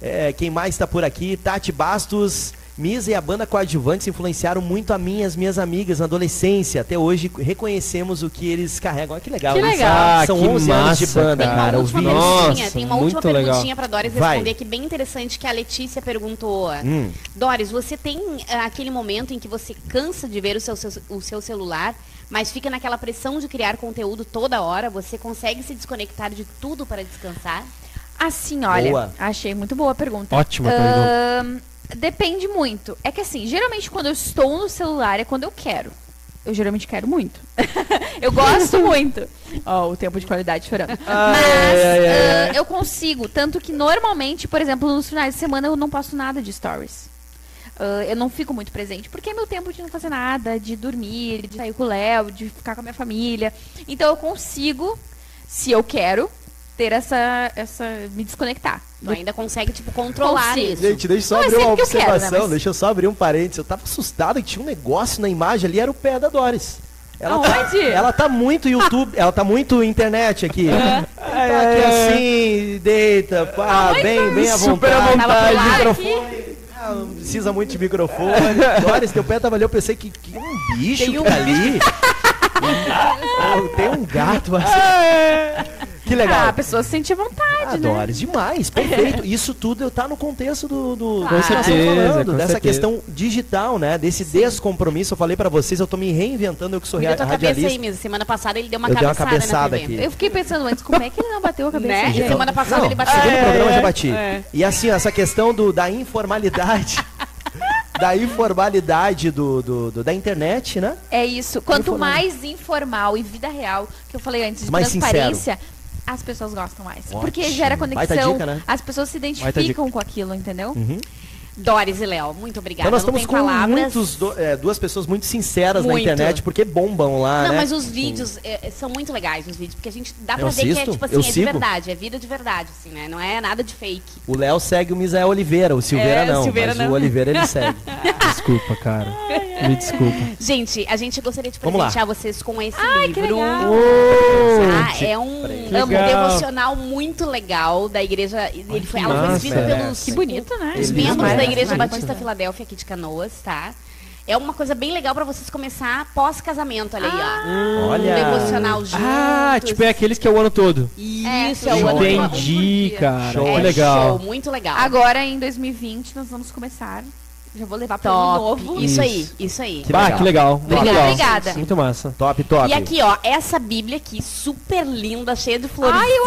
Speaker 1: É, quem mais tá por aqui? Tati Bastos. Misa e a banda coadjuvantes influenciaram muito a mim e as minhas amigas na adolescência. Até hoje reconhecemos o que eles carregam. Olha que legal.
Speaker 2: Que
Speaker 1: eles
Speaker 2: legal.
Speaker 1: são-
Speaker 5: Ah,
Speaker 1: São
Speaker 5: que
Speaker 1: 11 anos de
Speaker 5: massa,
Speaker 1: banda,
Speaker 4: Tem uma
Speaker 1: cara. Eu
Speaker 4: última
Speaker 1: vi.
Speaker 4: perguntinha,
Speaker 5: Nossa,
Speaker 4: tem uma última
Speaker 5: muito legal.
Speaker 4: perguntinha pra Doris
Speaker 1: Vai.
Speaker 4: responder que é bem interessante que a Letícia perguntou.
Speaker 1: Hum.
Speaker 4: Doris, você tem ah, aquele momento em que você cansa de ver o seu, seu- o seu celular, mas fica naquela pressão de criar conteúdo toda hora? Você consegue se desconectar de tudo para descansar?
Speaker 2: Assim, olha,
Speaker 1: Boa.
Speaker 2: achei muito boa a pergunta.
Speaker 5: Ótima pergunta.
Speaker 2: Ahn, depende muito. É que assim, geralmente quando eu estou no celular é quando eu quero. Eu geralmente quero muito. <laughs> eu
Speaker 5: <laughs>
Speaker 2: gosto muito. Ó, o tempo de qualidade chorando. Mas
Speaker 5: ai, ai,
Speaker 2: ahn, eu consigo. Tanto que normalmente, por exemplo, nos finais de semana eu não posto nada de stories. Ahn, eu não fico muito presente, porque é meu tempo de não fazer nada, de dormir, de sair com o Léo, de ficar com a minha família. Então eu consigo, se eu quero, ter essa. essa me desconectar.
Speaker 4: Tu ainda consegue, tipo, controlar
Speaker 2: Consigo.
Speaker 4: isso.
Speaker 1: Gente, deixa eu só
Speaker 2: Não, é
Speaker 1: abrir uma
Speaker 2: sempre que eu quero, né,
Speaker 1: observação,
Speaker 2: mas-
Speaker 1: deixa eu só abrir um parênteses. Eu tava assustado que tinha um negócio na imagem ali, era o pé da Doris. Ela tá,
Speaker 2: Aonde?
Speaker 1: ela tá muito YouTube, ela tá muito internet aqui. Ela tá
Speaker 2: é.
Speaker 1: aqui assim, deita, pá, bem, bem à
Speaker 5: Super à
Speaker 1: vontade.
Speaker 5: vontade.
Speaker 2: Tava pro lado
Speaker 1: Ah, Não precisa muito de microfone. Doris, teu pé tava ali, eu pensei que, que um bicho que tá
Speaker 2: <laughs>
Speaker 1: ali. Ah, Tem um gato assim. Que
Speaker 2: Ah,
Speaker 1: legal.
Speaker 2: a pessoa se sente à vontade,
Speaker 1: Ah,
Speaker 2: né?
Speaker 1: Doris, demais,
Speaker 5: <laughs>
Speaker 1: perfeito. Isso tudo tá no contexto do, do,
Speaker 2: Com
Speaker 1: do que nós estamos
Speaker 5: certeza,
Speaker 1: falando,
Speaker 5: com
Speaker 1: dessa
Speaker 5: certeza.
Speaker 1: questão digital, né? Desse descompromisso. Eu falei pra vocês, eu tô me reinventando, eu que sou
Speaker 4: Cuida da tua cabeça aí
Speaker 1: radialista.
Speaker 4: mesmo. Semana passada ele deu uma
Speaker 1: eu dei uma
Speaker 4: cabeçada,
Speaker 1: cabeçada
Speaker 4: na TV.
Speaker 1: aqui.
Speaker 2: Eu fiquei pensando antes, como é que ele não bateu a cabeça?
Speaker 4: Né?
Speaker 2: Gente,
Speaker 4: Então- Semana passada ele bateu.
Speaker 1: Segundo
Speaker 4: É,
Speaker 1: programa
Speaker 5: é,
Speaker 1: já bati.
Speaker 5: é.
Speaker 1: E assim, ó, essa questão do, da
Speaker 4: <laughs>
Speaker 1: informalidade. da informalidade do, do- do- da internet, né?
Speaker 2: É isso. Quanto mais informal e vida real, que eu falei antes, de
Speaker 1: Mais
Speaker 2: transparência, as pessoas gostam mais. Porque
Speaker 1: Ótimo.
Speaker 2: gera
Speaker 1: Baita
Speaker 2: conexão,
Speaker 1: dica, Uhum. né?
Speaker 2: as pessoas se identificam com aquilo, entendeu?
Speaker 4: Doris e Léo, muito obrigada.
Speaker 1: então nós
Speaker 4: Não
Speaker 1: estamos
Speaker 4: tem
Speaker 1: com
Speaker 4: palavras.
Speaker 1: muitos do- é, duas pessoas muito sinceras na
Speaker 4: Muito.
Speaker 1: internet, porque bombam lá,
Speaker 4: Não,
Speaker 1: né?
Speaker 4: mas os vídeos é, é, são muito legais, os vídeos, porque a gente dá pra
Speaker 1: Eu
Speaker 4: ver que é
Speaker 1: assisto,
Speaker 4: tipo assim,
Speaker 1: eu
Speaker 4: é de
Speaker 1: sigo.
Speaker 4: verdade, é vida de verdade, assim, né? Não é nada de fake.
Speaker 1: O Léo segue o Misael Oliveira, o Silveira
Speaker 4: É,
Speaker 1: não,
Speaker 4: Silveira
Speaker 1: mas
Speaker 4: não.
Speaker 1: o Oliveira ele
Speaker 4: <laughs>
Speaker 1: segue.
Speaker 5: Desculpa, cara. Me desculpa.
Speaker 4: Gente, a gente gostaria de
Speaker 1: Vamos lá.
Speaker 4: presentear vocês com esse
Speaker 2: que
Speaker 4: livro.
Speaker 2: legal.
Speaker 4: tá? É um, é um
Speaker 5: legal.
Speaker 4: devocional muito legal da igreja. Ele foi, ela foi
Speaker 5: massa.
Speaker 4: escrita
Speaker 5: É.
Speaker 4: pelos
Speaker 2: Que bonito, né?
Speaker 4: os
Speaker 1: Eles
Speaker 4: membros
Speaker 1: merecem,
Speaker 4: da Igreja
Speaker 1: né?
Speaker 4: Batista Filadélfia aqui de Canoas, tá? É uma coisa bem legal pra vocês começar pós-casamento, olha
Speaker 2: Ah.
Speaker 4: aí, ó.
Speaker 1: Olha.
Speaker 4: Um devocional juntos.
Speaker 5: Ah, tipo, é aqueles que é o ano todo.
Speaker 4: Isso, é o ano
Speaker 1: Show.
Speaker 4: todo.
Speaker 5: Entendi, cara.
Speaker 1: Show.
Speaker 5: Que
Speaker 1: É
Speaker 5: legal.
Speaker 4: Show, muito legal.
Speaker 2: Agora, um em 2020, nós vamos começar. Já vou levar para o
Speaker 4: Top.
Speaker 2: novo.
Speaker 4: Isso
Speaker 5: Isso.
Speaker 4: aí, isso aí.
Speaker 1: Que
Speaker 5: bah,
Speaker 1: legal.
Speaker 5: que legal. Muito
Speaker 2: Obrigada,
Speaker 5: legal.
Speaker 2: obrigada.
Speaker 5: Muito massa.
Speaker 1: Top, top.
Speaker 4: E aqui, ó, essa Bíblia aqui, super linda, cheia de florzinhas.
Speaker 2: Ai, eu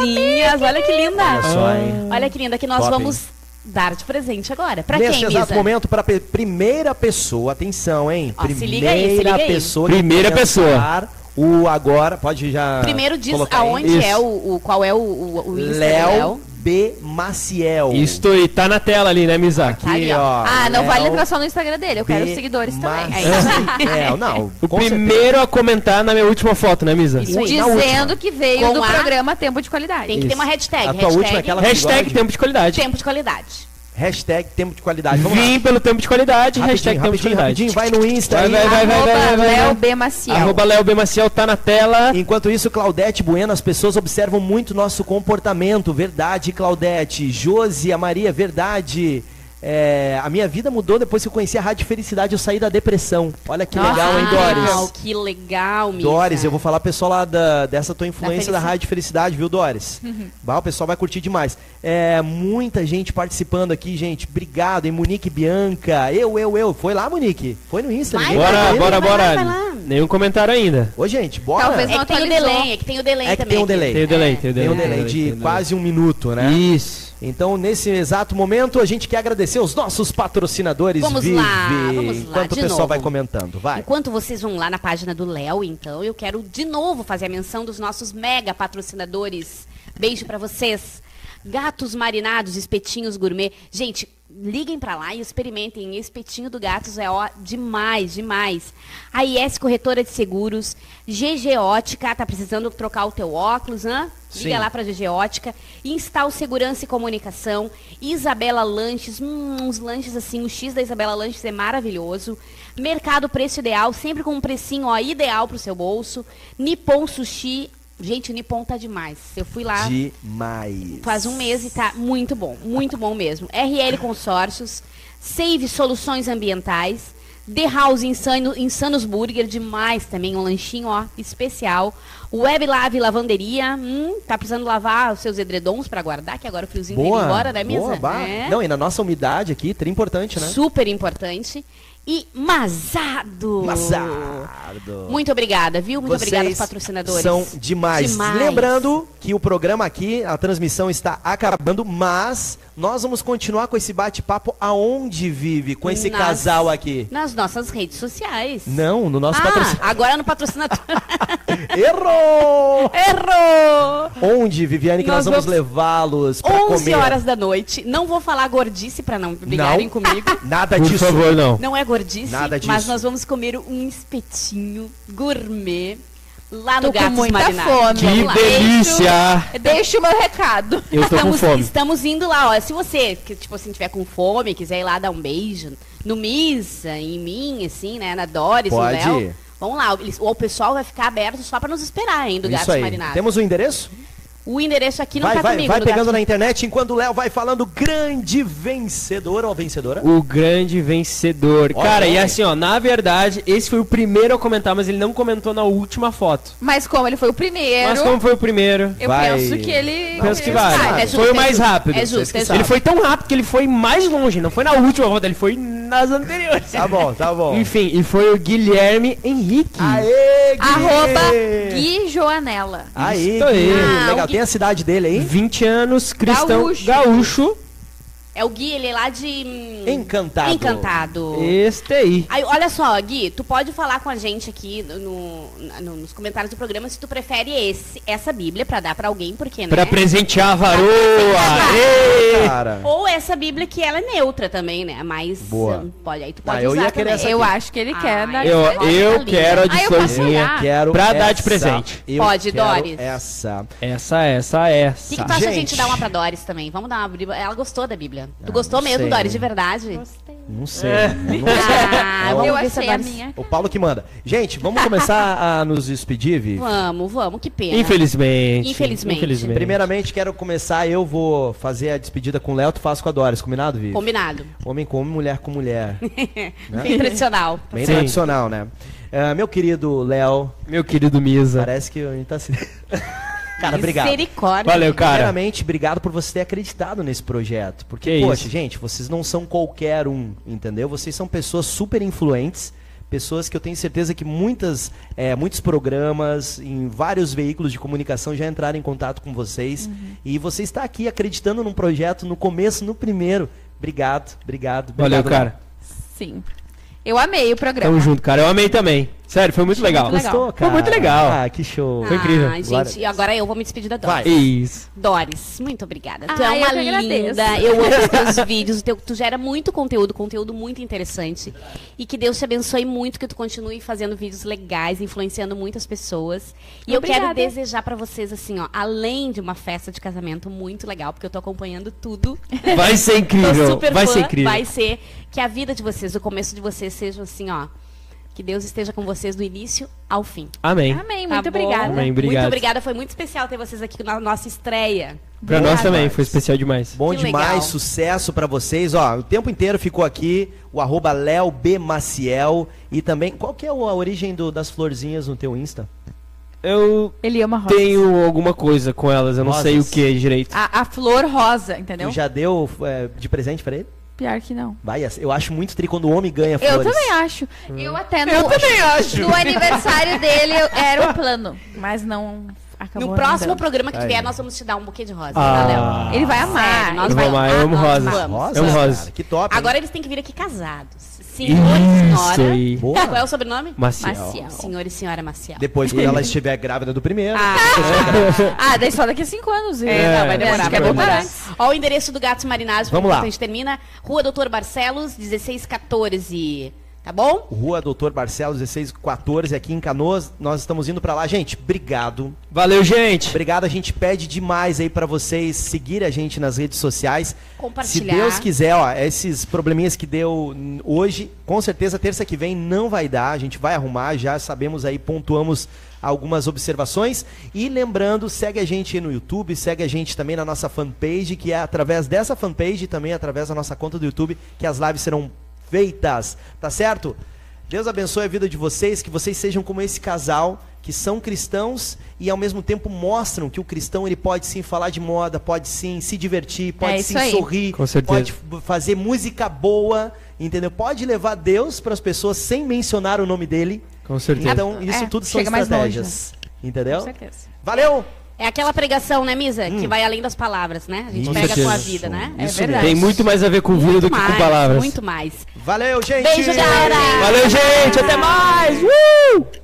Speaker 4: Olha que linda.
Speaker 1: Olha só, hein?
Speaker 4: Olha que linda, que nós
Speaker 1: Top,
Speaker 4: vamos dar de presente agora. Pra
Speaker 1: Nesse
Speaker 4: quem,
Speaker 1: exato
Speaker 4: Isa?
Speaker 1: momento, para primeira pessoa, atenção, hein?
Speaker 4: Ó, se liga aí, se liga aí.
Speaker 1: pessoa que
Speaker 5: Primeira pessoa.
Speaker 1: pensar O agora, pode já.
Speaker 4: Primeiro diz
Speaker 1: colocar aí.
Speaker 4: aonde
Speaker 5: Isso.
Speaker 4: é o, o- Qual é o, o, o Insta do
Speaker 1: Léo
Speaker 4: Léo.
Speaker 1: B. Maciel.
Speaker 5: Isto aí, tá na tela ali, né, Mizar?
Speaker 4: Tá
Speaker 1: Aqui, ó, né,
Speaker 2: ah, não
Speaker 1: Léo
Speaker 2: vale entrar só no Instagram dele, eu quero
Speaker 1: B.
Speaker 2: os seguidores também.
Speaker 1: Maciel.
Speaker 2: É isso.
Speaker 4: <laughs>
Speaker 1: É, não.
Speaker 5: O
Speaker 1: com
Speaker 5: primeiro a comentar na minha última foto, né, Misa?
Speaker 4: Isso aí.
Speaker 1: na última.
Speaker 2: Dizendo que veio
Speaker 4: Com
Speaker 2: do
Speaker 4: a-
Speaker 2: programa Tempo de Qualidade.
Speaker 4: Tem que ter uma hashtag.
Speaker 1: A tua
Speaker 4: hashtag
Speaker 1: última é aquela-
Speaker 5: Hashtag
Speaker 1: Igual,
Speaker 5: tempo de qualidade.
Speaker 4: Tempo de qualidade.
Speaker 1: Hashtag tempo de qualidade. Vamos lá.
Speaker 5: Vim pelo tempo de qualidade, hashtag
Speaker 1: Rapidinho,
Speaker 5: tempo de
Speaker 1: rapidinho, rapidinho.
Speaker 5: qualidade.
Speaker 1: Vai no Insta aí.
Speaker 5: Vai, vai, vai, vai, vai, vai, vai.
Speaker 2: Léo B. Maciel.
Speaker 5: Arroba Léo B. Maciel tá na tela.
Speaker 1: Enquanto isso, Claudete Bueno, as pessoas observam muito nosso comportamento. Verdade, Claudete. Josi, a Maria, verdade. É, a minha vida mudou depois que eu conheci a Rádio Felicidade, eu saí da depressão. Olha que legal, hein, Doris?
Speaker 4: Que legal, Misa.
Speaker 1: Dores, eu vou falar pro pessoal lá da, Uhum. dessa tua influência da,
Speaker 4: felicidade.
Speaker 1: Rádio Felicidade, viu, Dores? Bah, o pessoal vai curtir demais. É, muita gente participando aqui, gente. Obrigado, hein, Monique Bianca. Eu, eu, eu. Foi lá, Monique? Foi no Insta,
Speaker 4: Vai,
Speaker 1: ninguém tá
Speaker 4: vai,
Speaker 5: Bora,
Speaker 1: vendo?
Speaker 5: bora,
Speaker 4: vai
Speaker 5: bora.
Speaker 4: lá, vai lá.
Speaker 5: Nenhum comentário ainda.
Speaker 1: Ô, gente, bora.
Speaker 2: Talvez
Speaker 4: É que tem o
Speaker 2: Atualizou.
Speaker 4: delay, é que tem o delay
Speaker 1: É que
Speaker 4: também.
Speaker 1: tem um delay.
Speaker 5: Tem o delay, tem o delay.
Speaker 1: Tem um delay
Speaker 5: tem o
Speaker 1: de
Speaker 5: delay.
Speaker 1: quase um minuto, né?
Speaker 5: Isso.
Speaker 1: Então, nesse exato momento, a gente quer agradecer os nossos patrocinadores.
Speaker 4: Vamos
Speaker 1: Vive,
Speaker 4: lá, vamos lá,
Speaker 1: enquanto
Speaker 4: de
Speaker 1: o pessoal
Speaker 4: novo.
Speaker 1: vai comentando. Vai.
Speaker 4: Enquanto vocês vão lá na página do Léo, então, eu quero de novo fazer a menção dos nossos mega patrocinadores. Beijo pra vocês. Gatos marinados, espetinhos gourmet. Gente, liguem pra lá e experimentem. Espetinho do Gatos é ó, demais, demais. A IS Corretora de Seguros, GG Ótica, tá precisando trocar o teu óculos, hã? Liga
Speaker 1: Sim.
Speaker 4: lá para GG Ótica, Instal Segurança e Comunicação, Isabela Lanches, hum, uns lanches assim, o X da Isabela Lanches é maravilhoso. Mercado Preço Ideal, sempre com um precinho ó, ideal pro seu bolso. Nippon Sushi, gente, o Nippon tá demais. Eu fui lá
Speaker 1: Demais.
Speaker 4: faz um mês e tá muito bom, muito bom mesmo. RL Consórcios, Save Soluções Ambientais, The House Insano, Insanos Burger, demais também, um lanchinho ó, especial. Web Lave Lavanderia, hum, tá precisando lavar os seus edredons pra guardar, que agora o friozinho tá
Speaker 1: Boa,
Speaker 4: indo embora, né, mesa?
Speaker 1: boa, bah.
Speaker 4: É.
Speaker 1: Não, e na nossa umidade aqui, tri importante, né?
Speaker 4: Super importante. E Mazado!
Speaker 1: Massardo.
Speaker 4: Muito obrigada, viu? Muito obrigada aos
Speaker 1: Vocês
Speaker 4: patrocinadores.
Speaker 1: São demais.
Speaker 4: Demais.
Speaker 1: Lembrando que o programa aqui, a transmissão está acabando, mas nós vamos continuar com esse bate-papo aonde vive, com esse
Speaker 4: Nas-
Speaker 1: casal aqui.
Speaker 4: Nas nossas redes sociais.
Speaker 1: Não, no nosso
Speaker 4: ah,
Speaker 1: patrocínio.
Speaker 4: agora
Speaker 1: <laughs>
Speaker 4: no patrocinador.
Speaker 1: Errou!
Speaker 4: Errou!
Speaker 1: Onde, Viviane, que nós,
Speaker 4: Nós
Speaker 1: vamos,
Speaker 4: vamos-
Speaker 1: levá-los pra
Speaker 4: 11
Speaker 1: comer?
Speaker 4: horas da noite. Não vou falar gordice pra não
Speaker 1: Não.
Speaker 4: brigarem comigo.
Speaker 1: <laughs> Nada
Speaker 5: Por
Speaker 1: é disso.
Speaker 5: favor, né? não.
Speaker 4: Não é gordice,
Speaker 1: Nada
Speaker 4: mas
Speaker 1: disso.
Speaker 4: nós vamos comer um espetinho gourmet lá no
Speaker 2: Tô com
Speaker 4: Gatos
Speaker 2: muita
Speaker 4: Marinados.
Speaker 2: fome.
Speaker 5: Que
Speaker 2: Vamos lá.
Speaker 5: delícia!
Speaker 2: Deixa o meu recado.
Speaker 5: Eu tô com
Speaker 4: Estamos,
Speaker 5: fome.
Speaker 4: estamos indo lá, ó. Se você, que, tipo assim, tiver com fome, quiser ir lá dar um beijo no Misa, em mim, assim, né? Na Doris,
Speaker 1: Pode
Speaker 4: no
Speaker 1: ir.
Speaker 4: Léo. Vamos lá, eles- o pessoal vai ficar aberto só pra nos esperar, hein, do
Speaker 1: Isso
Speaker 4: Gatos
Speaker 1: aí.
Speaker 4: Marinados.
Speaker 1: Temos o endereço?
Speaker 4: O endereço aqui não
Speaker 1: vai,
Speaker 4: tá
Speaker 1: vai,
Speaker 4: comigo,
Speaker 1: vai
Speaker 4: no
Speaker 1: pegando
Speaker 4: Gatos
Speaker 1: na internet enquanto o Léo vai falando grande vencedor ou vencedora.
Speaker 5: O grande vencedor.
Speaker 1: Olha,
Speaker 5: Cara, e
Speaker 1: olha.
Speaker 5: assim, ó, na verdade, esse foi o primeiro a comentar, mas ele não comentou na última foto.
Speaker 2: Mas como ele foi o primeiro,
Speaker 5: Mas como foi o primeiro?
Speaker 2: eu
Speaker 1: Vai.
Speaker 2: penso que ele.
Speaker 5: Penso que
Speaker 2: ele
Speaker 5: vai.
Speaker 2: sabe.
Speaker 4: é justo,
Speaker 5: foi
Speaker 4: é
Speaker 5: o mais
Speaker 4: justo.
Speaker 5: rápido.
Speaker 4: É justo,
Speaker 5: Vocês que
Speaker 4: é justo.
Speaker 5: Ele foi tão rápido que ele foi mais longe, não foi na última foto, ele foi nas anteriores.
Speaker 1: Tá bom, tá bom.
Speaker 5: Enfim, e foi o Guilherme Henrique.
Speaker 1: Aê, Gui!
Speaker 2: Arroba Gui Joanela.
Speaker 1: Aí,
Speaker 5: Isso aí.
Speaker 1: Gui.
Speaker 4: Ah,
Speaker 1: Legal,
Speaker 4: o Gui-
Speaker 1: tem a cidade dele aí?
Speaker 5: 20 anos, cristão
Speaker 2: Gaúcho.
Speaker 5: gaúcho.
Speaker 4: É o Gui, ele é lá de. hum,
Speaker 1: Encantado.
Speaker 4: Encantado.
Speaker 5: Este aí.
Speaker 4: Aí, olha só, Gui, tu pode falar com a gente aqui no, no- nos comentários do programa se tu prefere esse, essa Bíblia pra dar pra alguém, porque, né?
Speaker 5: Pra presentear a varoa. Aê!
Speaker 1: Cara.
Speaker 4: Ou essa Bíblia que ela é neutra também, né? Mas
Speaker 1: Boa.
Speaker 4: hum, pode, aí tu pode
Speaker 1: Ah, eu
Speaker 4: usar
Speaker 1: ia querer
Speaker 4: também.
Speaker 1: essa
Speaker 2: Eu
Speaker 1: aqui.
Speaker 2: acho que ele quer.
Speaker 4: Ai,
Speaker 2: né?
Speaker 5: Eu,
Speaker 2: Ele vai
Speaker 5: eu
Speaker 2: linda.
Speaker 5: quero a
Speaker 2: Ah, eu posso
Speaker 5: ediçãozinha.
Speaker 2: olhar?
Speaker 1: Quero
Speaker 5: Pra dar de
Speaker 1: essa.
Speaker 5: presente.
Speaker 1: Eu
Speaker 4: Pode,
Speaker 1: quero
Speaker 4: Doris.
Speaker 1: Essa.
Speaker 5: Essa, essa,
Speaker 4: O
Speaker 5: essa.
Speaker 4: que, tá que tu acha a
Speaker 1: Gente. Ah,
Speaker 4: gente dar uma pra Doris também? Vamos dar uma Bíblia. Ela gostou da Bíblia. Tu gostou
Speaker 1: não
Speaker 4: mesmo,
Speaker 1: sei.
Speaker 4: Doris, de verdade?
Speaker 1: Não sei.
Speaker 5: É.
Speaker 1: Não
Speaker 4: <laughs> Ah,
Speaker 1: Eu
Speaker 2: Eu
Speaker 4: vamos ver se
Speaker 2: achei a
Speaker 4: Doris-
Speaker 2: minha.
Speaker 1: O Paulo que manda. Gente, vamos começar a nos despedir, Vivi?
Speaker 4: Vamos, vamos, que pena.
Speaker 5: Infelizmente.
Speaker 4: Né? Infelizmente.
Speaker 1: Primeiramente, quero começar. Eu vou fazer a despedida com o Léo, tu faz com a Doris, combinado, Vivi?
Speaker 4: Combinado.
Speaker 1: Homem com homem, mulher com mulher.
Speaker 4: Bem tradicional.
Speaker 1: Né? Bem
Speaker 5: Sim. Tá.
Speaker 1: tradicional, né? Ah, meu querido Léo,
Speaker 5: Meu querido Misa.
Speaker 1: parece que a gente tá se. <laughs> Cara, obrigado.
Speaker 4: Misericórdia.
Speaker 5: Valeu, cara.
Speaker 1: Primeiramente, obrigado por você ter acreditado nesse projeto. Porque,
Speaker 5: Que
Speaker 1: poxa,
Speaker 5: isso.
Speaker 1: gente, vocês não são qualquer um, entendeu? Vocês são pessoas super influentes, pessoas que eu tenho certeza que muitas, é, muitos programas, em vários veículos de comunicação já entraram em contato com vocês.
Speaker 5: Uhum.
Speaker 1: E você está aqui acreditando num projeto no começo, no primeiro. Obrigado, obrigado.
Speaker 5: Valeu,
Speaker 1: obrigado,
Speaker 5: cara.
Speaker 2: Sim. Eu amei o programa.
Speaker 5: Tamo junto, cara. Eu amei também. Sério, foi muito legal.
Speaker 4: muito legal.
Speaker 5: Foi muito legal.
Speaker 1: Ah, que show.
Speaker 5: Foi incrível.
Speaker 4: Ai,
Speaker 1: Glória.
Speaker 4: gente, e agora eu vou me despedir da Doris.
Speaker 1: Vai.
Speaker 4: <laughs>
Speaker 5: É Isso.
Speaker 4: Doris, muito obrigada. Tu
Speaker 2: Ah,
Speaker 4: é
Speaker 2: eu
Speaker 4: uma
Speaker 2: que agradeço.
Speaker 4: linda. Eu amo os teus <laughs> vídeos. o teu- tu gera muito conteúdo, conteúdo muito interessante. E que Deus te abençoe muito, que tu continue fazendo vídeos legais, influenciando muitas pessoas. E eu
Speaker 2: Obrigada.
Speaker 4: quero desejar pra vocês, assim, ó, além de uma festa de casamento muito legal, porque eu tô acompanhando tudo.
Speaker 5: Vai ser É incrível.
Speaker 4: Tô super
Speaker 5: vai
Speaker 4: fã,
Speaker 5: ser incrível.
Speaker 4: Vai ser que a vida de vocês, o começo de vocês, seja assim, ó. Que Deus esteja com vocês do início ao fim.
Speaker 5: Amém.
Speaker 2: Amém,
Speaker 4: Tá
Speaker 2: muito
Speaker 4: bom?
Speaker 2: obrigada.
Speaker 5: Amém, obrigado.
Speaker 4: Muito obrigada, foi muito especial ter vocês aqui na nossa estreia.
Speaker 5: Pra nós também, foi especial demais.
Speaker 1: Bom
Speaker 4: Que
Speaker 1: demais,
Speaker 4: legal.
Speaker 1: sucesso pra vocês. Ó, o tempo inteiro ficou aqui o arroba Léo B. Maciel e também, qual que é a origem do- das florzinhas no teu Insta?
Speaker 5: Eu
Speaker 2: Ele ama rosa.
Speaker 5: tenho alguma coisa com elas, eu não sei o
Speaker 1: Rosas.
Speaker 5: que direito.
Speaker 2: A, a flor rosa, entendeu?
Speaker 1: Tu já deu é, de presente pra ele?
Speaker 2: Pior que não.
Speaker 1: Vai, eu acho muito tri quando o homem ganha
Speaker 2: Eu
Speaker 1: flores.
Speaker 2: também acho. Eu até no,
Speaker 5: Hum. acho.
Speaker 2: no aniversário dele eu- era o plano, mas não acabou.
Speaker 4: no próximo
Speaker 2: não dando.
Speaker 4: programa que
Speaker 1: Aí.
Speaker 4: vier, nós vamos te dar um buquê de rosa.
Speaker 5: Ah.
Speaker 4: Valeu.
Speaker 2: ele vai amar.
Speaker 4: Sério, nós
Speaker 5: Eu vou
Speaker 4: vamos.
Speaker 5: amar, eu amo
Speaker 4: nós
Speaker 5: rosas.
Speaker 4: vamos.
Speaker 1: Rosas,
Speaker 5: Amo
Speaker 1: Ah, cara,
Speaker 5: rosas.
Speaker 1: que top. hein?
Speaker 4: Agora eles têm que vir aqui casados. Senhor e
Speaker 5: Isso
Speaker 4: senhora.
Speaker 5: aí.
Speaker 1: Boa.
Speaker 4: Qual é o sobrenome?
Speaker 5: Maciel.
Speaker 2: Maciel.
Speaker 4: Senhor e senhora Maciel.
Speaker 1: Depois, quando
Speaker 4: <laughs>
Speaker 1: ela estiver grávida do primeiro.
Speaker 4: Ah,
Speaker 2: Ah, daí só daqui a cinco anos.
Speaker 4: é,
Speaker 2: eu-
Speaker 4: não, vai demorar.
Speaker 2: acho que é
Speaker 4: vai
Speaker 2: bom parar
Speaker 4: demorar.
Speaker 2: antes.
Speaker 4: Ó, o endereço do Gatos Marinados,
Speaker 1: Vamos lá.
Speaker 4: a gente termina. Rua Doutor Barcelos, 1614. Tá bom?
Speaker 1: Rua Doutor Barcelos, 1614, aqui em Canoas. Nós estamos indo pra lá. Gente, obrigado.
Speaker 5: Valeu, gente.
Speaker 1: Obrigado, a gente pede demais aí pra vocês seguir a gente nas redes sociais. Se
Speaker 4: Compartilhar.
Speaker 1: Deus quiser, ó, esses probleminhas que deu hum, hoje, com certeza terça que vem não vai dar, a gente vai arrumar, já sabemos aí, pontuamos algumas observações. E lembrando, segue a gente aí no YouTube, segue a gente também na nossa fanpage, que é através dessa fanpage e também através da nossa conta do YouTube que as lives serão feitas, tá certo? Deus abençoe a vida de vocês, que vocês sejam como esse casal que são cristãos e ao mesmo tempo mostram que o cristão ele pode sim falar de moda, pode sim se divertir, pode
Speaker 2: É isso
Speaker 1: sim
Speaker 2: aí.
Speaker 1: sorrir,
Speaker 5: Com certeza.
Speaker 1: pode f- fazer música boa, entendeu? Pode levar Deus para as pessoas sem mencionar o nome dele.
Speaker 5: Com certeza.
Speaker 1: Então, isso
Speaker 2: É,
Speaker 1: tudo são
Speaker 2: chega mais longe,
Speaker 1: estratégias.
Speaker 2: Com
Speaker 1: Entendeu?
Speaker 2: certeza.
Speaker 1: Valeu!
Speaker 4: É aquela pregação, né, Misa? Que vai além das palavras, né? A gente
Speaker 5: Com
Speaker 4: pega
Speaker 5: certeza.
Speaker 4: com a vida, né? É
Speaker 2: É
Speaker 1: Isso
Speaker 2: verdade.
Speaker 5: Tem muito mais a ver com vida do que com
Speaker 4: mais,
Speaker 5: palavras.
Speaker 4: Muito mais.
Speaker 1: Valeu, gente!
Speaker 4: Beijo, galera!
Speaker 5: Valeu, gente. Até mais. Uh!